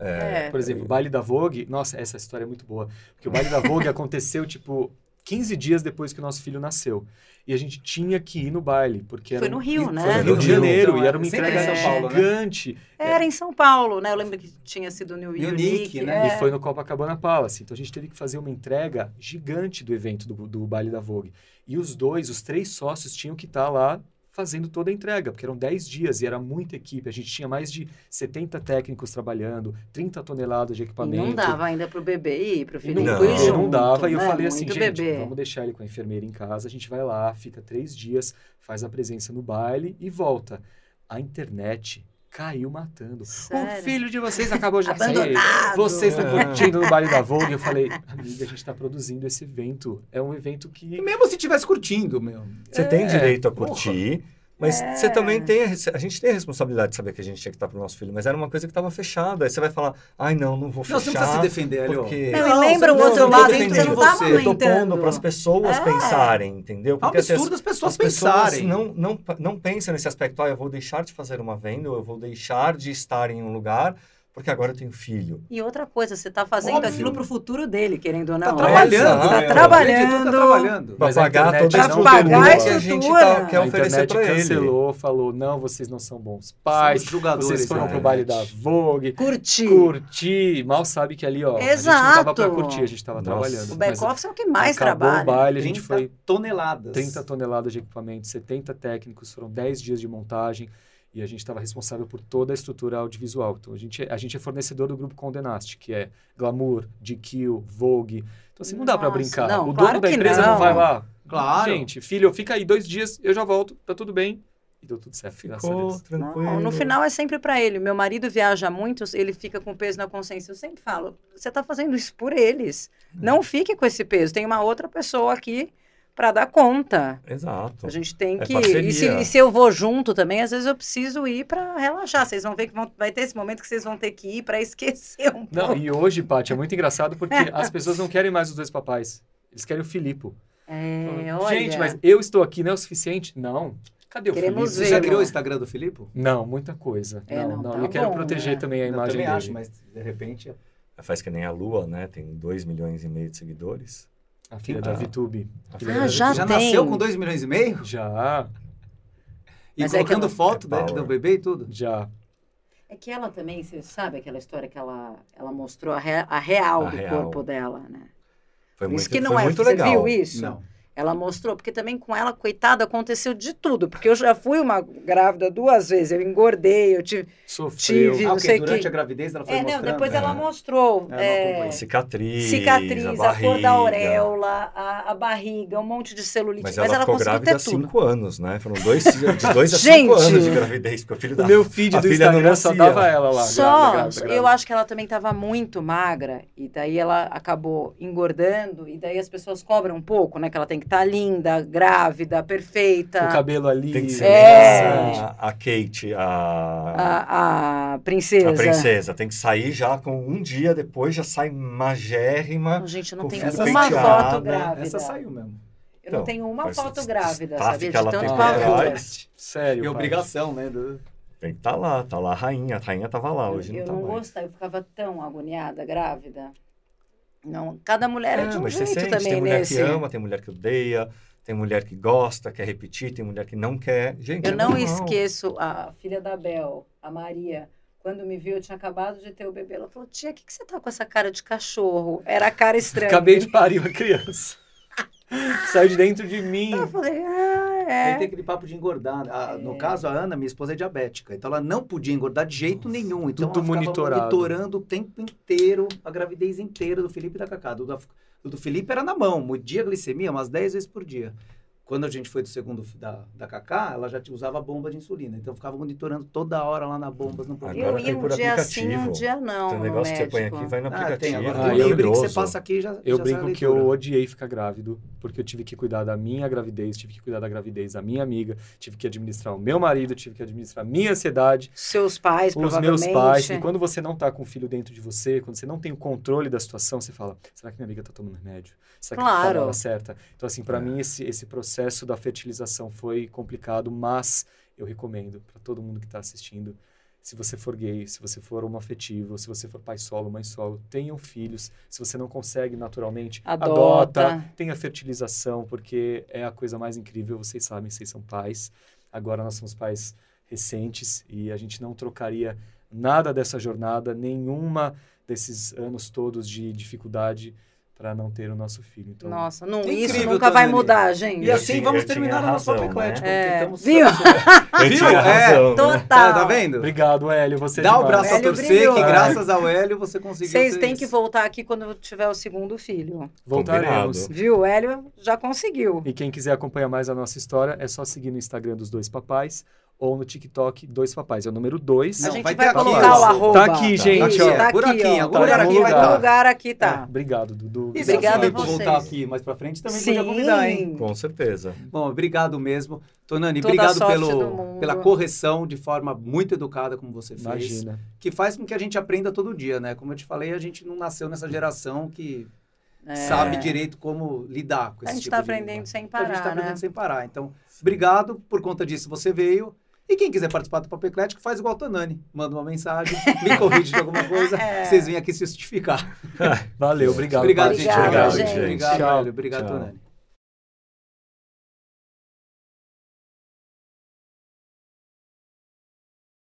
É. Por exemplo, o baile da Vogue. Nossa, essa história é muito boa. Porque o baile da Vogue (laughs) aconteceu, tipo, 15 dias depois que o nosso filho nasceu. E a gente tinha que ir no baile, porque Foi era no um- Rio, Foi né? Foi no Rio de Rio, Janeiro, então, e é. era uma Sempre entrega em São Paulo, né? gigante. É, Era em São Paulo, né? Eu lembro que tinha sido no Unique, Unique, né? é. E foi no Copacabana Palace. Então a gente teve que fazer uma entrega gigante do evento do, do baile da Vogue. E os dois, os três sócios, tinham que estar lá fazendo toda a entrega, porque eram 10 dias e era muita equipe. A gente tinha mais de 70 técnicos trabalhando, 30 toneladas de E equipamento. não dava ainda pro bebê ir, pro E filho não, Não. ir junto, não dava. E eu né? falei assim, Muito gente, bebê. vamos deixar ele com a enfermeira em casa, a gente vai lá, fica três dias, faz a presença no baile e volta. A internet caiu matando. O Sério? filho de vocês acabou de nascer. Abandonado. Vocês estão É. curtindo no baile da Vogue. Eu falei, amiga, a gente está produzindo esse evento. É um evento E que. mesmo se estivesse curtindo, meu. Você tem É, direito a porra. curtir, mas É. você também tem. A a gente tem a responsabilidade de saber que a gente tinha que estar pro nosso filho, mas era uma coisa que estava fechada. Aí você vai falar, ai não, não vou fechar. Não, você não precisa se defender, É Aliô. porque- Não, Não, e você lembra o não- outro eu tô lado, defendendo você não tá você. Eu tô amamentando. pondo para as pessoas É. pensarem, entendeu? É um Porque assim, as- absurdo as pessoas as pessoas pensarem. não, não, não pensam nesse aspecto, ah, eu vou deixar de fazer uma venda, ou eu vou deixar de estar em um lugar, porque agora eu tenho filho. E outra coisa, você tá fazendo Óbvio. aquilo pro futuro dele, querendo ou Tá não. trabalhando. Exato. né? Trabalhando. O editor Tá trabalhando. Pra Mas a pagar internet todo não esse Pra conteúdo pagar a que a gente estrutura. tá, quer a oferecer internet para ele. cancelou, falou: não, vocês não são bons São os né, pais. julgadores Vocês foram da pro baile da internet. Vogue. Curtir. Curtir. Mal sabe que ali, ó. A gente não Exato. tava pra curtir, a gente tava Nossa. trabalhando. O Mas back-office é o que mais acabou trabalha. o baile, a gente 30 foi toneladas. 30 toneladas de equipamento, 70 técnicos, foram 10 dias de montagem e a gente estava responsável por toda a estrutura audiovisual. Então, a gente, é- a gente é fornecedor do grupo Condenast, que é Glamour, GQ, Vogue. Então, assim, não dá para Nossa, brincar. não, o dono claro da que empresa não. não. vai lá. Claro. Gente, filho, fica aí dois dias, eu já volto, tá tudo bem. E deu tudo certo, graças a Ficou Deus. é tranquilo. Não, no final é sempre pra ele. Meu marido viaja muito, ele fica com peso na consciência. Eu sempre falo, você tá fazendo isso por eles. É. Não fique com esse peso. Tem uma outra pessoa aqui pra dar conta. Exato. A gente tem É que. parceria. E se, e se eu vou junto também, às vezes eu preciso ir pra relaxar. Vocês vão ver que vão- vai ter esse momento que vocês vão ter que ir pra (laughs) esquecer um pouco. Não, e hoje, Paty, é muito (laughs) engraçado porque as pessoas não querem mais os dois papais. Eles querem o Filipe. É, olha. Gente, mas eu estou aqui, não é o suficiente? Não. Cadê o Queremos Filipe? Você já Zero. criou o Instagram do Filipe? Não, muita coisa. É, não, não, não, tá eu quero bom, proteger né? também a Eu imagem também dele. acho, mas de repente. é- Faz que nem a Lua, né? Tem 2 milhões e meio de seguidores. A filha Ah. da VTube. A Que filha Ah, da já- Vitória. tem. nasceu com 2 milhões e meio? Já, E Mas é que colocando ela- foto É né, power. do bebê e tudo? já. É que ela também, você sabe aquela história que ela, ela mostrou a, re- a real A do real. corpo dela, né? Foi Por muito, isso que não foi é. muito Você legal. viu isso? Não. Ela mostrou, porque também com ela, coitada, aconteceu de tudo. Porque eu já fui uma grávida duas vezes, eu engordei, eu tive. Sofreu. Tive- Ah, não ok, sei durante que- a gravidez ela foi É, não, mostrando. depois né? ela mostrou. É, eu é, acompanhei. Cicatriz, cicatriz, a, a, cor barriga. da auréola, a, a barriga, um monte de celulite. Mas ela, ficou conseguiu grávida ter há tudo. 5 anos, né? Foram dois, de 2 a Gente! 5 anos de gravidez, porque o filho da O meu feed a do filha não Instagram só nascia. dava ela lá. Só, grávida, grávida, grávida. eu acho que ela também estava muito magra e daí ela acabou engordando e daí as pessoas cobram um pouco, né? Que ela tem que estar linda, grávida, O perfeita. cabelo ali. Tem que ser É. a, a Kate, né? a, A, a princesa. a princesa. Tem que sair já com um dia depois, já sai magérrima. Não, gente, eu não Com tenho filho uma penteado, foto né? grávida. Ah, Essa saiu mesmo. Eu não Então, tenho uma parece foto que grávida, staff sabia? que De ela tanto tem É, pavor. atrás. Sério. E pai. obrigação, né? do- Tem que estar tá lá, tá lá a rainha. A rainha tava lá, hoje eu não tá não mais. gostava, eu ficava tão agoniada, grávida. Não, cada mulher é de Ah, um mas jeito você sente, também tem mulher nesse. que ama, tem mulher que odeia, tem mulher que gosta, quer repetir, tem mulher que não quer. Gente, Eu é não normal. esqueço a filha da Bel, a Maria. Quando me viu, eu tinha acabado de ter o bebê. Ela falou: Tia, o que, que você tá com essa cara de cachorro? Era a cara estranha. Acabei de parir uma criança. (laughs) Saiu de dentro de mim. Eu falei: Ah, Aí é. tem aquele papo de engordar. Ah, No caso, a Ana, minha esposa, é diabética. Então ela não podia engordar de jeito nenhum. Então tudo ela ficava monitorado. monitorando o tempo inteiro, a gravidez inteira do Felipe e da Cacá. Do, da- o do Felipe era na mão, media a glicemia umas 10 vezes por dia. Quando a gente foi do segundo fi- da, da Cacá, ela já t- usava bomba de insulina. Então ficava monitorando toda hora lá na bomba. Não podia. Agora eu tem ia um por dia assim, um aplicativo. dia não. Tem um no negócio que você põe médico. aqui, vai no Ah, tem. aplicativo. é Agora Ah, tem eu um livro que maravilhoso. você passa aqui e já Eu já sai a brinco que leitura. eu odiei ficar grávido, porque eu tive que cuidar da minha gravidez, tive que cuidar da gravidez da minha amiga, tive que administrar o meu marido, tive que administrar a minha ansiedade, Seus pais, os provavelmente. meus pais. é. E quando você não tá com o filho dentro de você, quando você não tem o controle da situação, você fala: será que minha amiga tá tomando remédio? Será que tá Claro. na hora certa? Então, assim, É. para mim, esse, esse processo da fertilização foi complicado, mas eu recomendo para todo mundo que tá assistindo. Se você for gay, se você for homoafetivo, se você for pai solo, mãe solo, tenham filhos. Se você não consegue naturalmente, Adota. Tenha fertilização, porque é a coisa mais incrível. Vocês sabem, vocês são pais. Agora nós somos pais recentes e a gente não trocaria nada dessa jornada, nenhuma desses anos todos de dificuldade para não ter o nosso filho. Então, Nossa, não, isso Incrível, nunca vai Tonini. mudar, gente. E assim tinha- vamos eu tinha terminar o nosso razão, papo eclético. porque estamos- É. Viu? (laughs) Eu Viu? tinha É, razão, né? Total. Tá, tá vendo? Obrigado, Hélio. Você é Dá o demais. braço a Hélio torcer brilhou. que É. graças ao Hélio você conseguiu Vocês ter têm isso. que voltar aqui quando tiver o segundo filho. Voltaremos. Combinado. Viu? O Hélio já conseguiu. E quem quiser acompanhar mais a nossa história, é só seguir no Instagram dos Dois Papais ou no TikTok Dois Papais. É o número 2. a Não, gente vai vai, ter aqui, colocar ó. o Tá arroba. aqui, gente, Isso, ó. Tá Por aqui, aqui, em ó. algum lugar aqui em vai algum tá. lugar aqui tá. Obrigado, Dudu. E se Obrigada você a for vocês. voltar aqui mais pra frente, também podia convidar, hein? Com certeza. Bom, obrigado mesmo. Tonani, Toda a obrigado sorte do pelo, mundo. pela correção de forma muito educada, como você fez. Imagina. Que faz com que a gente aprenda todo dia, né? Como eu te falei, a gente não nasceu nessa geração que É. sabe direito como lidar com A esse gente tipo tá de aprendendo língua. sem a gente parar, está aprendendo né? sem parar. Então, obrigado por conta disso, você veio. E quem quiser participar do Papo Eclético, faz igual a Tonani. Manda uma (laughs) mensagem, me corrige de alguma coisa, É. vocês vêm aqui se justificar. Valeu, obrigado. Obrigado, Paty. gente. Obrigada, Obrigado, gente. Obrigado, Tchau. Hélio. Obrigado, Tchau. Tonani.